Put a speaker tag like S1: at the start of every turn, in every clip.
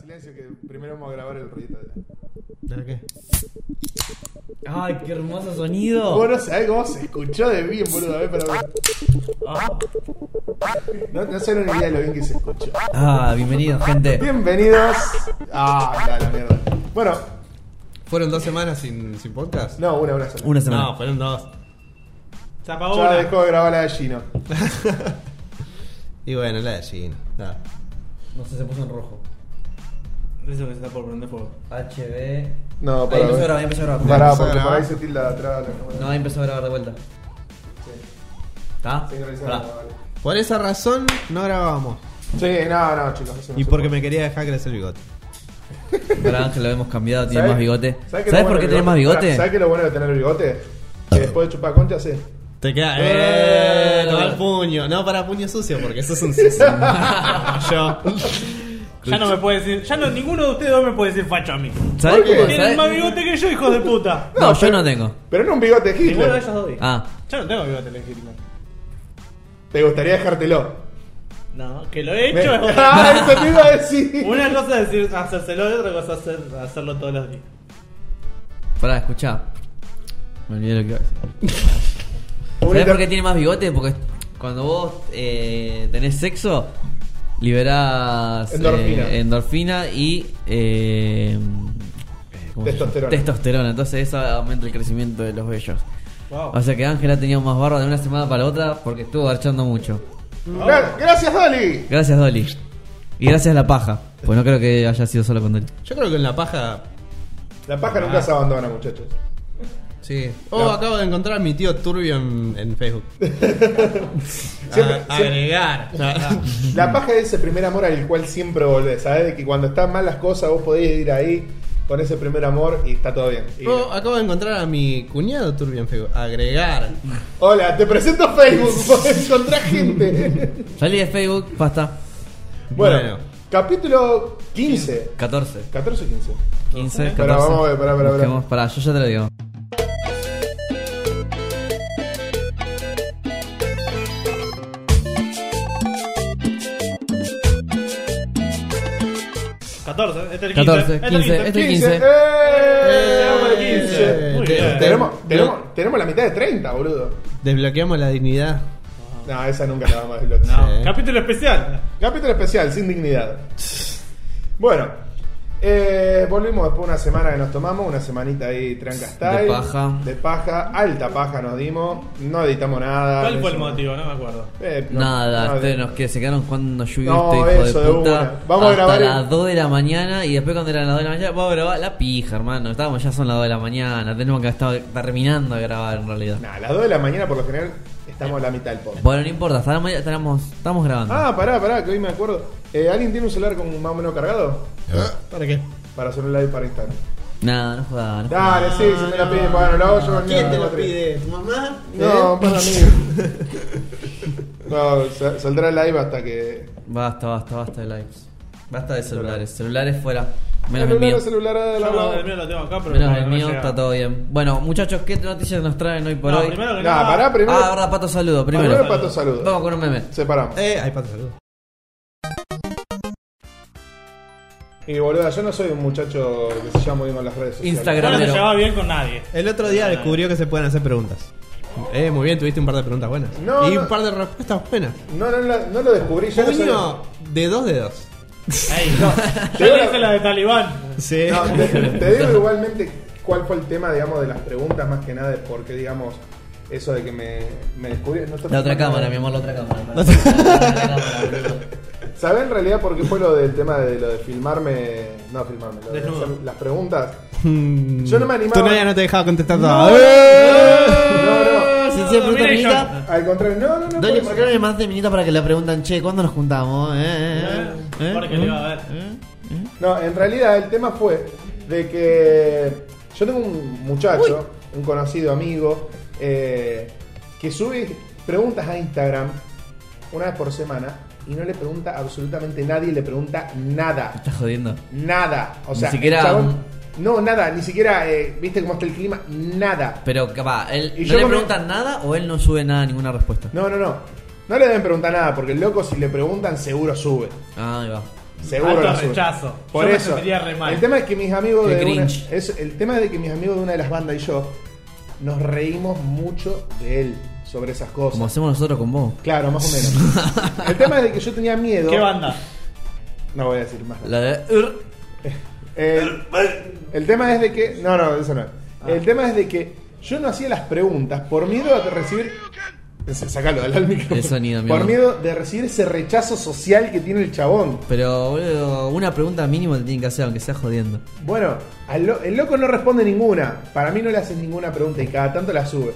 S1: silencio, que primero vamos a grabar el ruido.
S2: ¿Para qué? ¡Ay, qué hermoso sonido!
S1: Bueno, ¿sabes cómo se escuchó de bien, boludo? A ver, para ver.
S2: Ah.
S1: No, no se dan una idea de lo bien que se escuchó.
S2: Ah, bienvenido, gente.
S1: Bienvenidos. Ah, la, la mierda. Bueno,
S3: ¿Fueron dos semanas sin, sin podcast?
S1: no, una, una sola.
S2: Una semana.
S3: No, fueron dos.
S4: Se apagó
S1: Ya
S4: una.
S1: dejó de grabar la de Gino.
S3: Y bueno, la de Gino. Nada.
S2: No sé, se puso en rojo.
S4: Eso que se está por prender fuego.
S2: HB.
S1: No,
S2: Ahí
S1: para
S2: empezó a
S1: ver.
S2: grabar, ahí empezó a grabar.
S1: Pará,
S3: Empezó a
S1: porque por
S3: grabar.
S1: ahí se tilda de atrás. la cámara.
S2: No, ahí empezó a grabar de vuelta. ¿Está?
S1: Sincronizado,
S2: Pará.
S1: vale.
S3: Por esa razón no grabamos.
S1: Sí, no, no, chicos. eso no
S3: Y
S1: se
S3: porque
S1: puede.
S3: me quería dejar crecer el bigote.
S2: Pará, Ángel, lo hemos cambiado, tiene
S1: ¿Sabés-
S2: más bigote.
S1: qué
S2: ¿Sabes,
S1: es lo bueno
S2: por qué
S1: del
S2: tiene más bigote?
S1: Pará, ¿Sabes qué es lo bueno de tener el bigote? Que después de chupar concha, sí.
S3: Te queda.
S1: ¡Eh!
S3: ¡Eh! Toma el puño. No, para puño sucio, porque sos un sucio. Yo.
S4: Ya no me puede decir. Ya no, ninguno de ustedes dos me puede decir facho a mí.
S2: ¿Sabes
S1: ¿Por qué?
S2: cómo? ¿Sabes?
S4: Tienen más bigote que yo, hijos de puta.
S2: No, yo no tengo.
S1: Pero no un bigote de
S4: Ninguno de
S1: Hitler.
S4: ellos dos. dijo.
S2: Ah,
S4: Yo no tengo bigote de Hitler.
S1: ¿Te gustaría dejártelo?
S4: No, que lo he
S1: Me-
S4: hecho es otra
S1: ¡Ah, eso te iba a decir!
S4: Una cosa es decir hacérselo y otra cosa es hacer- hacerlo todos los días.
S2: pará, escuchá. Me olvidé lo que iba a decir.
S1: Una
S2: ¿Sabés por qué
S1: inter-
S2: tiene más bigote? Porque cuando vos eh, tenés sexo, liberás eh,
S1: Endorfina.
S2: endorfina y. eh, ¿cómo se llama?
S1: Testosterona.
S2: Testosterona. Entonces, eso aumenta el crecimiento de los vellos.
S4: Wow.
S2: O sea que Ángela ha tenido más barba de una semana para la otra porque estuvo garchando mucho.
S1: Gra- Gracias, Dolly.
S2: Gracias, Dolly. Y gracias a la paja. Pues no creo que haya sido solo con Dolly.
S3: Yo creo que en la paja.
S1: La paja
S2: Ah.
S1: nunca se abandona, muchachos.
S3: Sí. Oh,
S1: No.
S3: acabo de encontrar a mi tío Turbio en, en Facebook.
S1: Siempre-
S3: A-
S1: siempre-
S3: agregar.
S1: La paja es ese primer amor al cual siempre volvés. Sabés de que cuando están mal las cosas, vos podés ir ahí con ese primer amor y está todo bien. Y-
S3: Oh, acabo de encontrar a mi cuñado Turbio en Facebook. Agregar.
S1: Hola, te presento Facebook. Podés encontrar gente.
S2: Salí de Facebook, pasta.
S1: Bueno,
S3: Bueno.
S1: capítulo 15.
S2: 14.
S1: 14 o 15.
S2: 15, 14.
S1: Pará, vamos a ver, pará, pará, pará.
S2: Busquemos- pará, yo ya te lo digo.
S4: ¿14? Este es el 15.
S2: 14,
S4: este es el
S2: 15,
S4: 15.
S2: este-
S1: 15.
S4: ¡Eh!
S1: ¡Eh!
S4: Muy
S3: Te-
S4: bien.
S1: Tenemos, tenemos, tenemos la mitad de 30, boludo.
S3: Desbloqueamos la dignidad.
S4: Ah.
S1: No, esa nunca la vamos a desbloquear.
S4: No,
S3: Sí.
S4: Capítulo especial.
S1: Capítulo especial, sin dignidad. Bueno, eh, volvimos después de una semana que nos tomamos, una semanita ahí tranca style.
S2: De paja.
S1: De paja, alta paja nos dimos, no editamos nada.
S4: ¿Cuál fue el
S1: Hicimos-
S4: motivo? No me acuerdo.
S1: Eh, no,
S2: Nada,
S1: no,
S2: ustedes
S1: de-
S2: nos que se quedaron jugando lluvia
S1: No,
S2: este hijo
S1: eso,
S2: de
S1: de
S2: puta.
S1: una. Vamos a
S2: hasta
S1: grabar el-
S2: las 2 de la mañana y después cuando eran las 2 de la mañana, vamos a grabar la pija, hermano. Estábamos ya son las 2 de la mañana, tenemos que estar terminando de grabar en realidad.
S1: Nah, a las 2 de la mañana por lo general estamos a la mitad del podcast.
S2: Bueno, no importa, hasta la mañana estábamos, estamos grabando.
S1: Ah, pará, pará, que hoy me acuerdo. Eh, ¿Alguien tiene un celular con más o menos cargado?
S3: ¿Para qué?
S1: Para hacer un live para Instagram.
S2: Nada, no jugaba, no jugaba.
S1: Dale, sí, si me la piden, bueno, lo hago yo. no,
S3: ¿Quién te
S1: no,
S3: lo
S1: no,
S3: pide? ¿Tu mamá? ¿Eh?
S1: No, para mí. No, sa- saldrá el live hasta que.
S2: Basta, basta, basta de lives. Basta de celulares, celulares fuera. Menos el
S1: celular,
S2: mío.
S1: celular de la
S4: Yo lo-
S1: mano.
S4: el mío lo tengo acá, pero
S2: Menos
S4: todavía
S2: el
S4: no
S2: mío,
S4: llega.
S2: está todo bien. Bueno, muchachos, ¿qué noticias nos traen hoy por
S4: No,
S2: hoy?
S4: primero que
S1: Nah,
S4: nada.
S1: pará, primero.
S2: Ah, ahora pato saludo, primero.
S1: primero para tu saludo.
S2: Vamos con un meme.
S1: Separamos.
S3: Eh, ahí pasa saludos.
S1: Y boluda, yo no soy un muchacho que se llama muy bien con las redes sociales.
S2: Instagram.
S4: Yo no me
S2: Granero.
S4: llevaba bien con nadie.
S3: El otro día descubrió que se pueden hacer preguntas. Eh, muy bien, tuviste un par de preguntas buenas.
S1: No,
S3: y
S1: no.
S3: un par de respuestas buenas.
S1: No, no, no, no lo descubrí. Yo no soy-
S3: Puño de dos dedos.
S4: Ey, no. Yo le hice la de Talibán.
S3: Sí.
S1: No, te, te digo igualmente cuál fue el tema, digamos, de las preguntas, más que nada, de por qué, digamos, eso de que me, me descubrí. No está
S2: La otra
S1: filmando.
S2: cámara, mi amor, la otra cámara. La otra cámara, boludo.
S1: ¿Sabés en realidad por qué fue lo del tema de lo de filmarme? No, filmarme, lo de
S4: Desnudo.
S1: hacer las preguntas.
S3: Yo
S1: Yo no me animaba.
S3: Mm. Tu novia no te dejaba contestar
S1: No,
S3: todo. ¡Eh!
S1: no,
S2: Ah,
S1: no,
S2: Si siempre
S4: Mira,
S2: termina.
S1: no. Al contrario, no, no, no.
S2: Dale,
S1: por
S2: ¿por
S1: eso.
S2: qué no le mandaste minita para que le preguntan, che, ¿cuándo nos juntamos? Eh, eh, eh, eh,
S4: Porque
S2: eh,
S4: le iba a ver.
S2: eh.
S1: No, en realidad el tema fue de que yo tengo un muchacho, un conocido amigo, eh, que sube preguntas a Instagram una vez por semana y no le pregunta absolutamente nadie, le pregunta nada.
S2: Estás jodiendo.
S1: Nada. O
S2: Ni
S1: sea,
S2: siquiera
S1: el chabón-
S2: un-
S1: No, nada, ni siquiera, eh, viste cómo está el clima, nada.
S2: Pero capaz, él
S1: Y
S2: no
S1: yo
S2: le
S1: con-
S2: preguntan nada o él no sube nada, ninguna respuesta.
S1: No, no, no. No le deben preguntar nada, porque el loco si le preguntan seguro sube.
S2: Ah, ahí va.
S1: Seguro
S4: Alto
S1: la sube.
S4: rechazo.
S1: Por
S4: Yo me
S1: eso.
S4: sentiría re mal.
S1: El tema es que mis amigos
S2: Qué
S1: de una,
S2: cringe.
S1: es el tema de que mis amigos de una de las bandas y yo nos reímos mucho de él sobre esas cosas.
S2: Como hacemos nosotros con vos.
S1: Claro, más o menos. el tema es de que yo tenía miedo.
S4: ¿Qué banda?
S1: No voy a decir más. nada.
S2: La de. Ur.
S1: El, el tema es de que. No, no, eso no.
S4: Ah.
S1: El tema es de que yo no hacía las preguntas por miedo a recibir. S- Sacalo del micrófono.
S2: El sonido, mi
S1: Por
S2: amor.
S1: miedo de recibir ese rechazo social que tiene el chabón.
S2: Pero, boludo, una pregunta mínima te tienen que hacer, aunque sea jodiendo.
S1: Bueno, al lo- el loco no responde ninguna. Para mí no le haces ninguna pregunta y cada tanto la sube.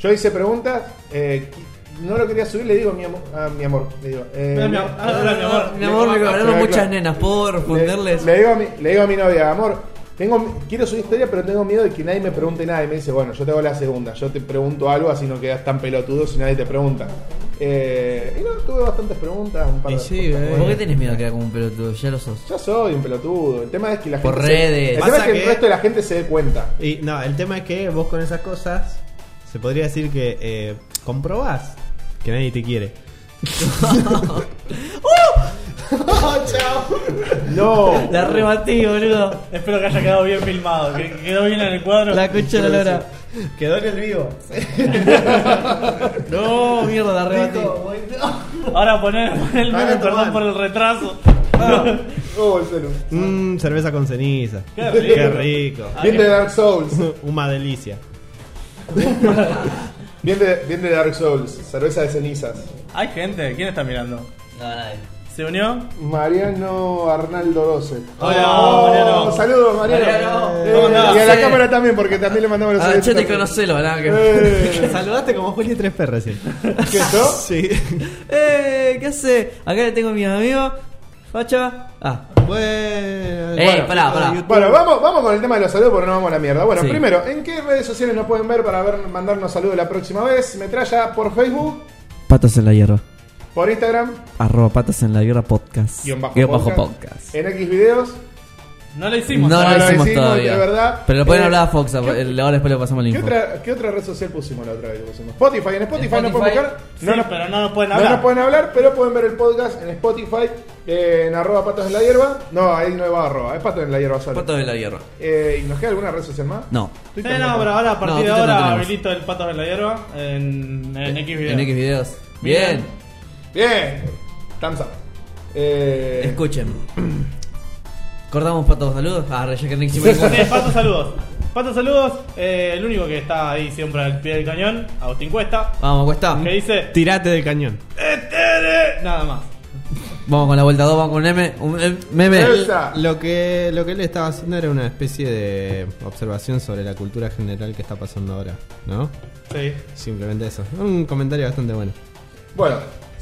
S1: Yo hice preguntas, eh, no lo quería subir, le digo mi amor. A mi amor, le digo. eh,
S4: Hola, mi
S1: le-
S4: amor. Hola, mi amor.
S2: Mi amor, me cobraron
S1: Claro,
S2: muchas
S1: claro.
S2: nenas, ¿puedo responderles?
S1: Le, le digo a mi, le digo a mi novia, amor, tengo, quiero subir historia, pero tengo miedo de que nadie me pregunte nada. Y me dice, bueno, yo te hago la segunda, yo te pregunto algo, así no quedas tan pelotudo si nadie te pregunta. Eh, y no, tuve bastantes preguntas, un par de
S3: Y sí,
S1: respuestas
S3: eh.
S2: ¿Por qué
S1: buenas.
S2: tenés miedo a quedar como un pelotudo? Ya lo sos.
S1: Yo soy un pelotudo. El tema es que la
S2: Por
S1: gente.
S2: redes.
S1: Se, el tema es
S3: Pasa
S1: que, el
S3: que-
S1: resto de la gente se dé cuenta.
S3: Y no, el tema es que vos con esas cosas se podría decir que eh, comprobás que nadie te quiere.
S1: No.
S2: La rebatí, boludo.
S4: Espero que haya quedado bien filmado, que que quedó bien en el cuadro.
S2: La concha de la lora.
S3: Quedó en el vivo.
S2: No, mierda, la rebatí.
S4: Ahora poner, poner el
S3: Ahora
S4: meme, perdón
S3: tomar.
S4: por el retraso.
S1: Oh, el celu.
S3: Mmm, cerveza con ceniza.
S4: Qué rico.
S3: Qué rico.
S1: Bien de Dark Souls.
S3: Una delicia.
S1: Bien de, bien de Dark Souls. Cerveza de cenizas.
S4: Hay gente, ¿quién está mirando?
S2: No, nadie.
S4: ¿Se unió?
S1: Mariano Arnaldo 12.
S4: Hola,
S1: Oh,
S4: Mariano.
S1: Saludos, Mariano.
S2: Mariano.
S1: Eh,
S4: ¿Cómo andás?
S1: y a la
S2: Sí.
S1: cámara también, porque también le mandamos los
S2: Ah,
S1: saludos.
S2: yo te conocelo, ¿verdad? Que-
S1: Eh,
S3: Saludaste como Juli 3P recién.
S1: ¿Qué yo?
S3: Sí.
S2: Eh, ¿qué hace? Acá le tengo a mis amigos. Facha. Ah.
S3: Bueno.
S2: Eh, pará, pará.
S3: YouTube.
S1: Bueno, vamos, vamos con el tema de los saludos porque no vamos a la mierda. Bueno,
S2: Sí.
S1: primero, ¿en qué redes sociales nos pueden ver para ver, mandarnos saludos la próxima vez? Metralla por Facebook,
S2: Patas en la hierba.
S1: por Instagram,
S2: Arroba patas en la hierba podcast.
S1: guión bajo,
S2: podcast.
S1: en X videos.
S4: No lo
S2: No,
S4: hicimos.
S2: lo
S1: no lo
S2: hicimos
S1: hicimos,
S2: todavía.
S1: de verdad.
S2: Pero lo pueden
S1: Eh,
S2: hablar a Fox. a-
S1: ¿qué-
S2: el- Ahora después le pasamos el
S1: ¿Qué
S2: info.
S1: otra, ¿Qué otra red social pusimos la otra vez? que pusimos? Spotify. En Spotify,
S2: En
S1: no pueden
S2: Spotify,
S1: buscar.
S4: Sí,
S1: no nos-
S4: pero no nos pueden
S1: no
S4: hablar.
S1: nos pueden hablar, pero pueden ver el podcast en Spotify, eh, en arroba patas en la hierba. No, ahí no va arroba, es patas en la hierba solo.
S2: Patas en la hierba.
S1: Eh, ¿Y nos queda alguna red social más?
S2: No.
S1: Twitter
S4: Eh, no,
S1: no.
S4: pero ahora a partir
S2: No,
S4: de
S2: Twitter no
S4: ahora
S2: tenemos.
S4: habilito el pato de la hierba en, en X video.
S2: En X videos. Bien.
S1: Bien. Thumbs up. Eh,
S2: Escuchen. Cortamos patos saludos. Ah, re, ya que no hicimos ninguno.
S4: Sí, Pato, saludos. Pato, saludos. Eh, el único que está ahí siempre al pie del cañón, Agustín Cuesta,
S2: Vamos, cuesta.
S4: que dice:
S3: Tirate del cañón.
S4: "Etere". Nada más.
S2: Vamos con la vuelta 2, vamos con un M. Un eh, meme.
S1: Elsa.
S3: Lo que, lo que él estaba haciendo era una especie de observación sobre la cultura general que está pasando ahora, ¿no?
S4: Sí.
S3: Simplemente eso. Un comentario bastante bueno.
S1: Bueno,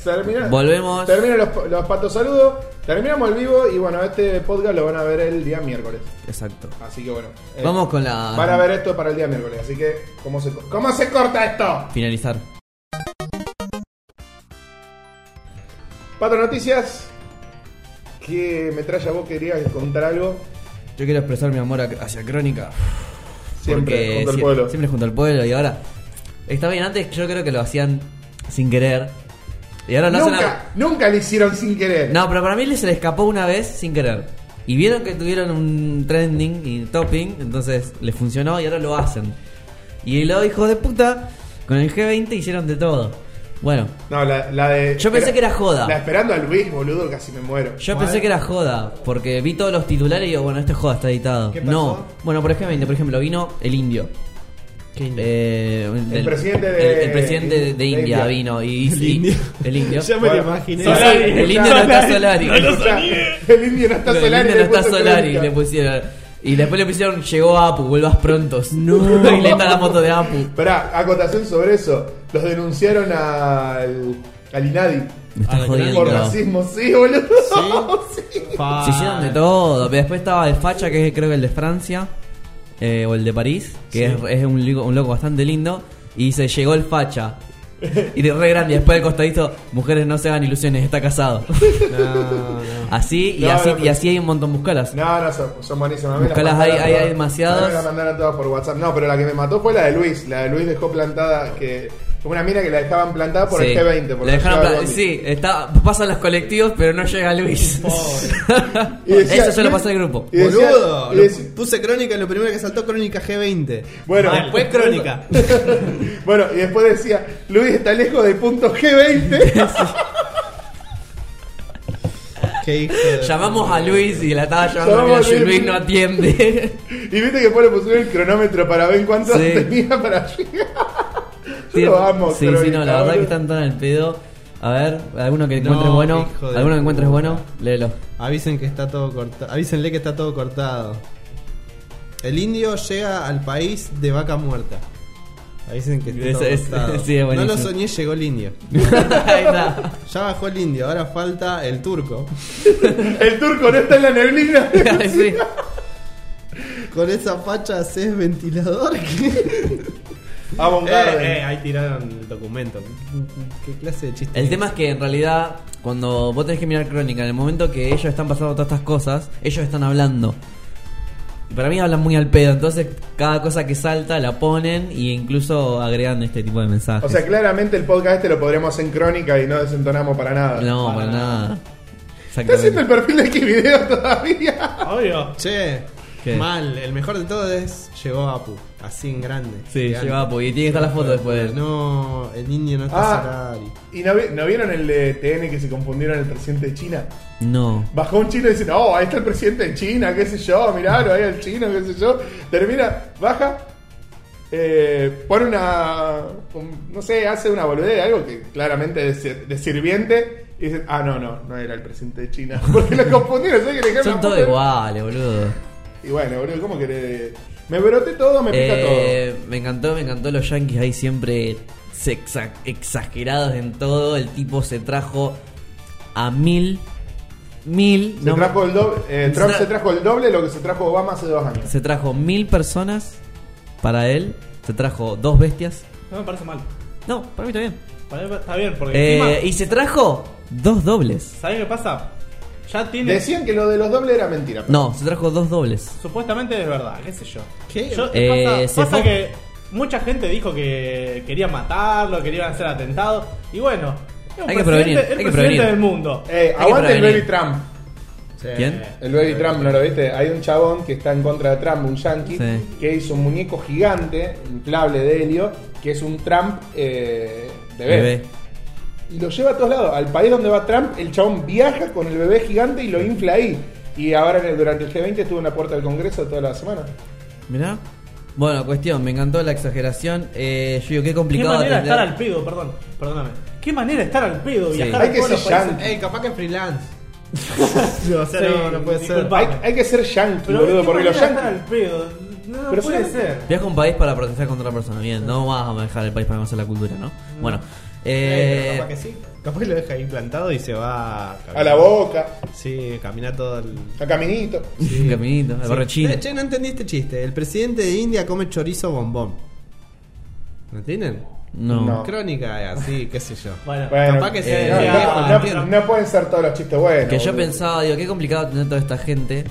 S1: termina-
S2: Volvemos.
S1: Terminan los, los patos saludos. Terminamos el vivo y bueno, este podcast lo van a ver el día miércoles.
S2: Exacto.
S1: Así que bueno. eh,
S2: Vamos con la.
S1: Van a ver esto para el día miércoles. Así que, ¿cómo se, co- ¿cómo se corta esto?
S2: Finalizar.
S1: Pato Noticias, que metralla vos querías contar algo
S2: Yo quiero expresar mi amor a- hacia Crónica.
S1: siempre
S2: Porque
S1: junto al
S2: sie-
S1: pueblo.
S2: Siempre junto al pueblo. Y ahora. Está bien, antes yo creo que lo hacían sin querer. Y ahora lo hacen. a-
S1: nunca, nunca le hicieron sin querer.
S2: No, pero para mí se le escapó una vez sin querer. Y vieron que tuvieron un trending y topping, entonces les funcionó y ahora lo hacen. Y los hijos de puta, con el G20 hicieron de todo. Bueno,
S1: No, la, la de.
S2: Yo pensé que era joda.
S1: La esperando a Luis, boludo, casi me muero.
S2: yo pensé que era joda, porque vi todos los titulares y digo, bueno, este es joda, está editado.
S3: ¿Qué pasó?
S2: No, bueno, por el G20, por ejemplo, vino el indio. Eh, del-
S1: presidente de-
S2: el- el presidente de, de
S1: de
S2: India,
S1: India.
S2: vino y
S3: El
S2: y-
S3: indio.
S2: el indio.
S3: Ya me
S1: Bueno.
S3: lo imaginé.
S2: Sol-
S4: Solari.
S2: el indio no está Solari.
S4: No Ah, lo
S1: O sea,
S4: sabía.
S1: el indio no está
S2: Lo del
S1: Solari.
S2: Inter
S1: le
S2: no está
S1: puso
S2: Solari,
S1: crónica.
S2: le pusieron. Y después le pusieron, llegó Apu, vuelvas prontos. No. y le está la moto de Apu.
S1: Esperá, acotación sobre eso. Los denunciaron al. al Inadi.
S3: Ah,
S2: Me estás
S3: la
S2: jodiendo.
S1: Por racismo, sí, boludo. Sí.
S3: Fa-
S2: Se hicieron de todo. Pero Después estaba el Facha, que es creo que el de Francia. eh, o el de París. Que es, es un, ligo- un loco bastante lindo. Y dice, llegó el Facha. Y de re grande, y después del costadito, mujeres no se hagan ilusiones, está casado.
S3: No, no.
S2: Así, y
S1: No,
S2: así,
S1: no, pero-
S2: y así hay un montón buscalas.
S1: No, no, son, son buenísimas. A mí las
S2: Buscalas, hay-
S1: mandaron
S2: hay- hay
S1: todas-
S2: demasiadas.
S1: a mí me las mandaron todas por WhatsApp. No, pero la que me mató fue la de Luis. La de Luis dejó plantada que una mina que la dejaban plantada por
S2: Sí.
S1: el G20. por la
S2: La dejaron
S1: ciudad de
S2: pla-
S1: Bondi.
S2: sí, está, pasan los colectivos, pero no llega Luis.
S1: Y decía-
S2: Eso se lo pasa al grupo.
S1: Y decía-
S3: Boludo,
S1: y
S3: lo-
S1: decía-
S3: puse crónica y lo primero que saltó crónica G20.
S1: Bueno,
S2: Ah,
S3: después crónica.
S2: Eh,
S1: bueno, y después decía, Luis está lejos del punto G20.
S3: Qué hijo de-
S2: Llamamos a Luis y la estaba llamando a
S1: Llamamos
S2: Luis
S1: a
S2: y Luis
S1: Luis.
S2: no atiende.
S1: y viste que después le pusieron el cronómetro para ver cuánto
S2: Sí.
S1: tenía para llegar. Yo
S2: Sí,
S1: lo amo,
S2: Sí, sí,
S1: Crónica,
S2: no, la verdad
S1: boludo.
S2: que están tan al pedo. A ver, alguno que encuentres
S3: No,
S2: bueno,
S3: hijo de
S2: alguno que encuentres
S3: puta.
S2: bueno, léelo.
S3: Avisen que está todo cortado. Avísenle que está todo cortado. El indio llega al país de vaca muerta. Avisen que está
S2: Ese
S3: todo
S2: es-
S3: cortado.
S2: sí, es
S3: no
S2: buenísimo.
S3: lo soñé, llegó el indio.
S2: Ahí está.
S3: Ya bajó el indio, ahora falta el turco.
S1: El turco no está en la neblina.
S2: Sí.
S3: Con esa facha haces ventilador. ¿Qué?
S1: Vamos,
S4: eh,
S1: Garden.
S2: eh,
S3: ahí tiraron el documento. ¿Qué clase de chiste?
S2: El tema es que en realidad, cuando vos tenés que mirar Crónica, en el momento que ellos están pasando todas estas cosas, ellos están hablando. Y para mí hablan muy al pedo, entonces cada cosa que salta la ponen e incluso agregan este tipo de mensajes.
S1: O sea, claramente el podcast este lo podremos hacer en crónica y no desentonamos para nada.
S2: no, para, nada.
S1: ¿Está haciendo
S2: Exactamente.
S1: el perfil de qué video todavía?
S4: Obvio.
S3: Che,
S2: ¿Qué?
S3: mal. El mejor de todos es llegó Apu. Así en grande.
S2: Sí,
S3: Gigante.
S2: lleva pues, y tiene que estar la foto después de él.
S3: No, el indio no está
S1: Ah,
S3: Solari.
S1: ¿y no, vi- no vieron el de TN que se confundieron el presidente de China?
S2: No.
S1: Bajó un chino y dice, no, ahí está el presidente de China, qué sé yo, miralo, ahí el chino, qué sé yo. Termina, baja, eh, pone una, un- no sé, hace una boludez, algo que claramente es de, de sirviente. Y dicen, ah, no, no, no era el presidente de China. Porque lo confundieron, ¿sabes que le dejaron
S2: Son
S1: la
S2: todos
S1: puta-
S2: iguales, boludo.
S1: Y bueno, boludo, ¿cómo querés? Me broté todo, me pica
S2: Eh, me encantó, me encantó los yankees ahí siempre sexa- exagerados en todo. El tipo se trajo a mil, mil,
S1: todo. Se
S2: no,
S1: trajo el doble, eh, Trump
S2: Tra-
S1: se trajo el doble de lo que se trajo Obama hace dos años.
S2: se trajo mil personas para él. Se trajo dos bestias.
S4: No me parece mal.
S2: No, para mí está bien.
S4: Para mí Está bien, porque
S2: Eh,
S4: encima,
S2: y se trajo dos dobles.
S4: ¿sabés qué pasa? Ya tiene.
S1: Decían que lo de los dobles era mentira. pero-
S2: No, se trajo dos dobles.
S4: Supuestamente es verdad, qué sé yo.
S3: ¿Qué?
S4: Yo-
S2: Eh,
S4: pasa
S2: se
S4: pasa
S2: fue-
S4: que mucha gente dijo que quería matarlo, querían hacer atentado. Y bueno, es un
S2: Hay que
S4: presidente-
S2: prevenir,
S4: es
S2: hay que
S4: presidente
S2: prevenir.
S4: del mundo.
S1: Eh,
S2: que
S1: aguante el
S2: prevenir.
S1: Baby Trump.
S3: Sí.
S2: ¿Quién?
S1: El Baby Trump, ¿no lo viste? Hay un chabón que está en contra de Trump, un yankee,
S2: Sí.
S1: que hizo un muñeco gigante, inflable de helio, que es un Trump eh, de bebé.
S2: Bebé.
S1: Y lo lleva a todos lados. Al país donde va Trump, el chabón viaja con el bebé gigante y lo infla ahí. Y ahora en el- durante el G20 estuvo en la puerta del Congreso toda la semana.
S2: Mirá. Bueno, cuestión, me encantó la exageración. Eh, yo digo, qué
S4: Qué
S2: complicado.
S4: manera de estar
S2: atender.
S4: al pedo, perdón, perdóname. Qué manera de estar al pedo,
S2: Sí.
S4: viajar
S1: Hay
S4: a
S1: que
S4: todos
S1: ser
S4: los países.
S1: yankee.
S3: Ey, capaz que es freelance. o sea, no, no puede ser.
S4: disculpa.
S1: Hay, hay que ser yankee, boludo,
S4: qué
S1: porque los
S4: manera de estar al
S1: yankees.
S4: pedo. No,
S1: Pero
S4: puede
S1: son-
S4: ser.
S2: Viaja a un país para protestar contra otra persona. Bien, no vamos a dejar el país para conocer la cultura, ¿no? Bueno,
S3: Ey, pero
S2: eh,
S3: capaz que sí. Capaz que lo deja ahí plantado y se va
S1: A la boca,
S3: Sí, camina todo el.
S1: a caminito.
S2: un caminito, el barrio chino.
S3: Che, no entendí este chiste. El presidente de India come chorizo bombón. ¿No entienden?
S2: No.
S1: No.
S3: Crónica, eh, así, qué sé yo.
S4: Bueno,
S1: Bueno,
S3: Capaz que sea
S1: eh,
S3: de
S1: no,
S3: viejo,
S1: no,
S3: no
S1: no-
S3: entiendo.
S1: no pueden ser todos los chistes buenos.
S2: Que yo
S1: boludo.
S2: pensaba, digo, qué complicado tener toda esta gente.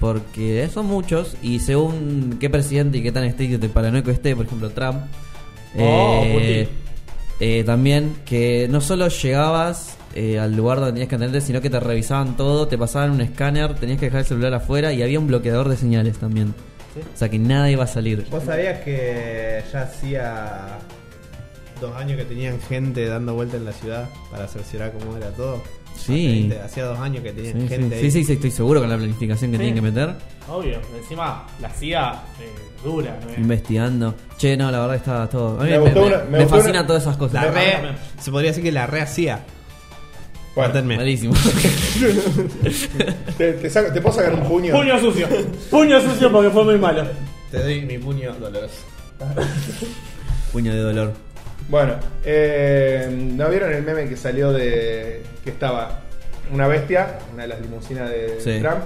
S2: Porque son muchos. Y según qué presidente y qué tan estricto y paranoico esté, por ejemplo, Trump.
S4: Oh,
S2: eh, también que no solo llegabas eh, al lugar donde tenías que atenderte, sino que te revisaban todo, te pasaban un escáner, tenías que dejar el celular afuera y había un bloqueador de señales también. O sea que nada iba a salir.
S3: ¿Vos sabías que ya hacía dos años que tenían gente dando vuelta en la ciudad para cerciorar cómo era todo?
S2: Sí.
S3: Hacía- Hacía dos años que tenían
S2: Sí, sí,
S3: gente
S2: sí,
S3: ahí.
S2: sí, sí, estoy seguro con la planificación que
S4: Sí.
S2: tienen que meter.
S4: obvio. Encima, la CIA eh, dura, ¿no?
S2: Investigando. Che, no, la verdad está todo. A mí
S1: Me
S2: me,
S1: gustó
S2: me-
S1: una-
S2: me
S1: me gustó
S2: fascinan
S1: una-
S2: todas esas
S3: Pues La
S2: cosas.
S3: re,
S4: También.
S3: se podría decir que la re hacía.
S1: Bueno,
S3: Matenme.
S2: Malísimo.
S1: te, te saco- te puedo sacar un puño.
S4: Puño sucio. Puño sucio porque fue muy malo.
S3: Te doy mi puño doloroso.
S2: Puño de dolor.
S1: Bueno, eh, ¿no vieron el meme que salió de que estaba una bestia, una de las limusinas de
S2: Sí.
S1: Trump,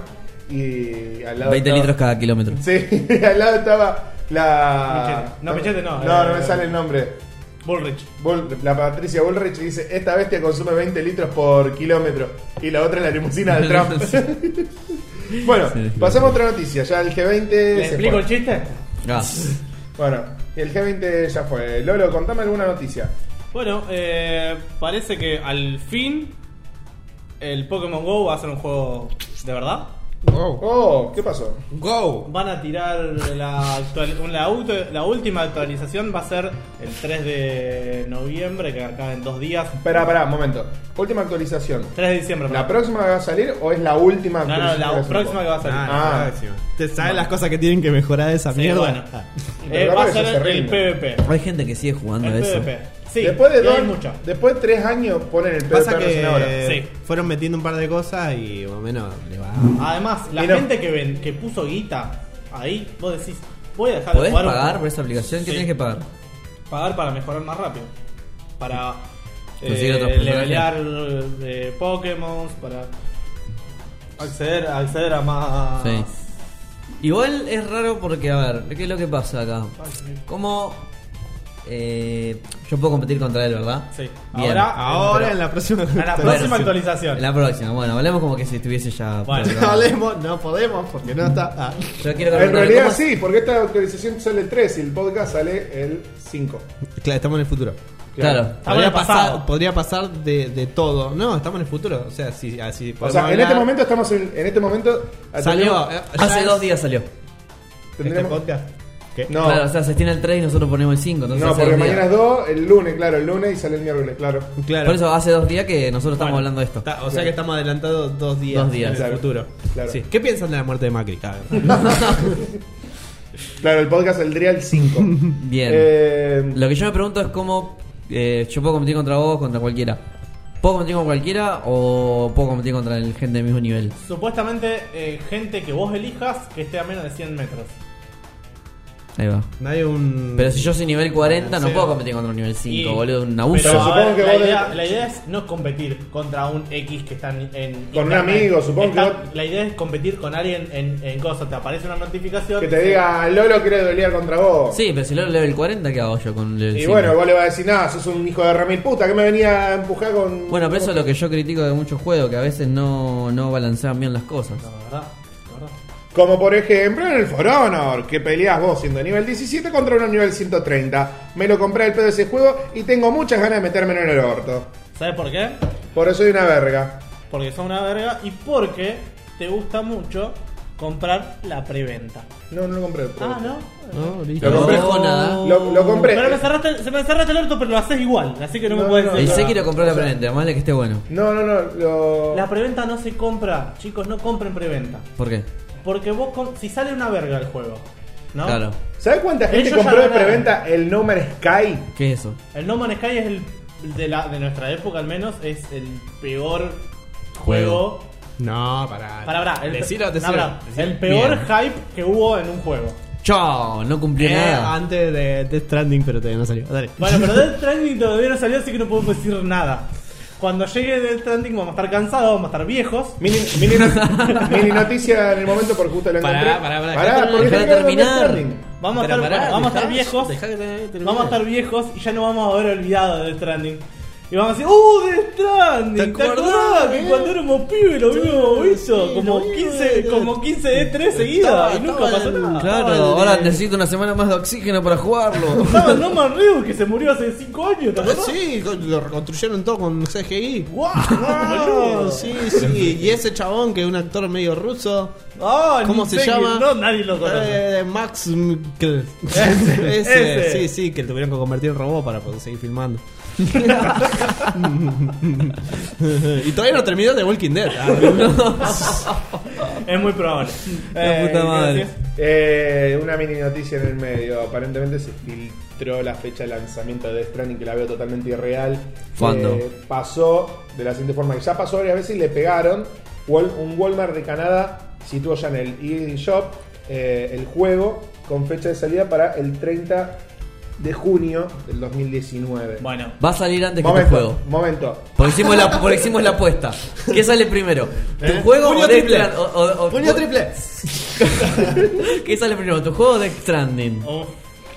S1: y al lado
S2: 20
S1: estaba-
S2: litros cada kilómetro.
S1: Sí, al lado estaba la
S4: Pichete. No, Pichete no,
S1: No,
S4: eh,
S1: no me sale el nombre.
S4: Bullrich.
S1: Bull- la Patricia Bullrich dice, esta bestia consume 20 litros por kilómetro y la otra es la limusina de Trump. bueno,
S2: Sí, sí.
S1: pasamos a otra noticia. Ya el G20...
S4: ¿Le
S1: se
S4: explico
S1: fue.
S4: el chiste?
S2: Ah.
S1: Bueno, el G20 ya fue. Lolo, contame alguna noticia.
S4: Bueno, eh, parece que al fin el Pokémon Go va a ser un juego de verdad.
S3: Go.
S1: Oh, ¿qué pasó?
S3: Go.
S4: Van a tirar la, actual- la, auto- la última actualización, va a ser el 3 de noviembre, que acá en dos días.
S1: Espera, pará, un momento. Última actualización.
S4: 3 de diciembre,
S1: ¿La
S4: perdón.
S1: próxima que va a salir o es la última
S4: No, no,
S1: actualización
S4: la
S1: del
S4: próxima que va a salir.
S1: Ah.
S3: ¿Te sabes las cosas que tienen que mejorar de esa
S4: Sí,
S3: mierda? Ah.
S4: bueno.
S2: Ah.
S1: Lo
S4: Eh,
S1: raro
S4: va a
S1: es que
S4: ser
S1: se
S4: el,
S1: rinde.
S4: PvP.
S2: Hay gente que sigue jugando a
S4: El
S2: Ah, eso.
S4: PvP. Sí,
S1: después de
S4: y hay
S1: dos,
S4: mucha.
S1: después de tres años ponen el PvP
S3: Pasa
S1: recién ahora.
S3: que
S4: Sí.
S3: fueron metiendo un par de cosas y más o menos le va.
S4: Además, la
S1: Y no-
S4: gente que ven, que puso guita ahí, vos decís, voy a dejar de
S2: ¿Podés
S4: jugar. un-
S2: pagar por esa aplicación? ¿Qué
S4: Sí.
S2: tenés que pagar?
S4: pagar para mejorar más rápido. Para
S2: Conseguir otros
S4: eh,
S2: personajes.
S4: levelear eh, Pokémon, para acceder, acceder a más.
S2: Sí. Ah. Igual es raro porque, a ver, ¿qué es lo que pasa acá?
S4: Ay, sí.
S2: ¿Cómo eh, yo puedo competir contra él, verdad?
S4: Sí.
S2: Bien.
S4: Ahora-
S3: Ahora
S4: Pero-
S3: en la próxima.
S4: A la
S2: Bueno,
S4: próxima
S2: sí.
S4: actualización.
S2: La próxima, bueno, hablemos como que si estuviese ya.
S4: Bueno.
S3: pues,
S2: programado.
S3: Hablemos, no podemos porque no está. ah.
S2: Yo quiero
S1: En
S2: preguntar,
S1: realidad
S2: ¿cómo-
S1: sí, porque esta actualización sale el 3 y el podcast sale el 5.
S3: Claro, estamos en el futuro.
S2: Claro.
S4: Estamos en el pasado.
S3: pasar, podría pasar de, de todo. No, estamos en el futuro. O sea, si, así
S1: O
S3: podemos
S1: sea, en
S3: hablar-
S1: este momento estamos en, en este momento
S3: salió. eh, ya
S2: Hace
S3: es-
S2: dos días salió.
S3: ¿Este
S1: tendremos-
S3: podcast? ¿Qué?
S1: No,
S2: Claro, o sea, se estina el 3 y nosotros ponemos el 5. Entonces
S1: no,
S2: hace
S1: porque
S2: dos días.
S1: mañana es 2, el lunes, claro, el lunes y sale el miércoles, claro.
S3: Claro.
S2: Por eso hace dos días que nosotros estamos
S4: Bueno,
S2: hablando de esto.
S3: Está- o sea que estamos adelantados dos días,
S2: Dos días.
S3: en el
S1: Claro.
S3: futuro.
S1: Claro.
S3: Sí. ¿Qué piensan de la muerte de Macri? Ah,
S1: Claro, el podcast saldría el 5.
S2: Bien.
S1: Eh,
S2: Lo que yo me pregunto es cómo eh, yo puedo competir contra vos, contra cualquiera. ¿Puedo competir con cualquiera o puedo competir contra el gente del mismo nivel?
S4: Supuestamente, eh, gente que vos elijas que esté a menos de 100 metros.
S2: Ahí va.
S3: no hay un.
S2: Pero si yo soy nivel 40, no
S3: Sí.
S2: puedo competir contra un nivel 5,
S4: Y-
S2: boludo. Un
S4: pero,
S2: abuso.
S4: a ver,
S1: Supongo que
S4: la,
S1: vos
S4: idea,
S1: de-
S4: la idea es no competir contra un X que está en. en
S1: Con un
S4: internet.
S1: amigo, supongo que
S4: Está-
S1: vos-
S4: La idea es competir con alguien en, en cosas. Te aparece una notificación.
S1: que te diga, Lolo quiere duelear contra vos.
S2: Sí, pero si lo level 40, ¿qué hago yo con un level
S1: Y
S2: 5?
S1: bueno, vos le vas a decir, nada, sos un hijo de remil puta, que me venía a empujar con.
S2: Bueno, pero eso es lo que yo critico de muchos juegos, que a veces no, no balancean bien las cosas.
S4: No, la verdad, la verdad.
S1: Como por ejemplo en el For Honor, que peleas vos siendo nivel 17 contra uno nivel 130. Me lo compré el pedo de ese juego y tengo muchas ganas de metérmelo en el orto.
S4: ¿Sabes por qué?
S1: Por eso soy una verga.
S4: porque son una verga y porque te gusta mucho comprar la preventa.
S1: No, no lo compré. pero-
S4: Ah, ¿no?
S3: No, listo.
S1: Lo compré.
S2: No, nada.
S1: Lo, lo compré.
S4: Pero me cerraste, se me cerraste el orto, pero lo haces igual, así que no,
S1: No,
S4: me puedes
S1: no,
S2: El
S4: decir.
S1: sé
S4: nada.
S1: que
S2: Sekiro compró
S1: O
S2: la
S1: sea-
S2: preventa, más vale que esté bueno.
S1: No, no, no. Lo...
S4: La preventa no se compra, chicos, no compren preventa.
S2: ¿Por qué?
S4: Porque vos, com- si sale una verga el juego, ¿no?
S2: Claro.
S1: ¿Sabes cuánta gente
S4: Ellos ya
S1: compró de
S4: ganaron.
S1: preventa el No Man's Sky?
S2: ¿Qué es eso?
S4: El No Man's Sky es el el de, la, de nuestra época al menos, es el peor
S2: Juego.
S4: juego.
S3: No, pará.
S4: Para, para, el,
S3: Decilo,
S4: no,
S3: decilo.
S4: pará,
S3: Decilo.
S4: el peor
S2: Bien.
S4: hype que hubo en un juego.
S2: Chao, no cumplió
S3: Eh,
S2: nada.
S3: antes de Death Stranding, pero todavía no salió. Dale.
S4: Bueno, pero Death Stranding todavía no salió, así que no podemos decir nada. Cuando llegue Death Stranding vamos a estar cansados, vamos a estar viejos.
S1: Mini, mini, mini noticia en el momento porque justo lo
S3: Pará,
S1: encontré.
S3: pará, pará,
S1: Pará,
S3: dejá
S1: porque está quedando
S2: terminar, dejá
S1: Death
S2: terminar.
S1: Stranding.
S4: Vamos a
S3: Pero
S4: estar,
S3: pará,
S4: vamos a estar
S3: dejá-
S4: viejos.
S3: dejá que te- termine.
S4: Vamos a estar viejos y ya no vamos a haber olvidado de Death Stranding. Y vamos a decir, ¡Uh, Death Stranding!
S3: ¿Te
S4: ¿Te acordás
S3: acordás,
S4: que
S3: eh?
S4: cuando éramos pibes lo vimos eso?
S3: sí,
S4: como,
S3: lo vimos,
S4: 15,
S3: eh,
S4: como 15 de 3 seguidas
S3: estaba-
S4: y nunca
S3: estaba
S4: pasó
S3: en-
S4: nada.
S2: Claro,
S3: el de-
S2: ahora necesito una semana más de oxígeno para jugarlo.
S4: Estaba el No Man Reus que se murió hace 5 años, ¿te acordás?
S3: Ah, Sí, lo reconstruyeron todo con CGI.
S4: ¡Wow!
S3: Ah,
S4: boludo!
S3: sí, sí. Y ese chabón que es un actor medio ruso.
S4: Ah, ni
S3: ¿Cómo se
S4: sé quién,
S3: llama?
S4: No, nadie lo conoce.
S3: Eh, Max Mikkel.
S4: Ese,
S3: Ese,
S4: ese.
S3: Sí, sí, que tuvieron que convertir en robot para poder seguir filmando. y todavía no terminó The Walking Dead. Ah,
S4: Es muy probable.
S2: La
S4: Eh,
S2: puta
S4: ¿qué
S2: madre.
S4: decías?
S1: Eh, una mini noticia en el medio. Aparentemente se filtró la fecha de lanzamiento de Death Stranding, que la veo totalmente irreal.
S2: ¿Cuándo?
S1: Eh, pasó de la siguiente forma: que ya pasó varias veces y le pegaron. Wal- un Walmart de Canadá situó ya en el eShop eh, el juego con fecha de salida para el 30 de junio del 2019.
S4: Bueno,
S2: Va a salir antes que tu
S1: momento,
S2: juego.
S1: momento.
S2: Porque hicimos, la, porque hicimos la apuesta. ¿Qué sale primero? ¿Tu
S3: ¿Eh?
S2: juego
S3: Puño
S2: o Death
S3: triple.
S2: Strand- o- o- o-
S3: ¡Puño triple!
S2: ¿Qué sale primero? ¿Tu juego o Death Stranding?
S4: Uf,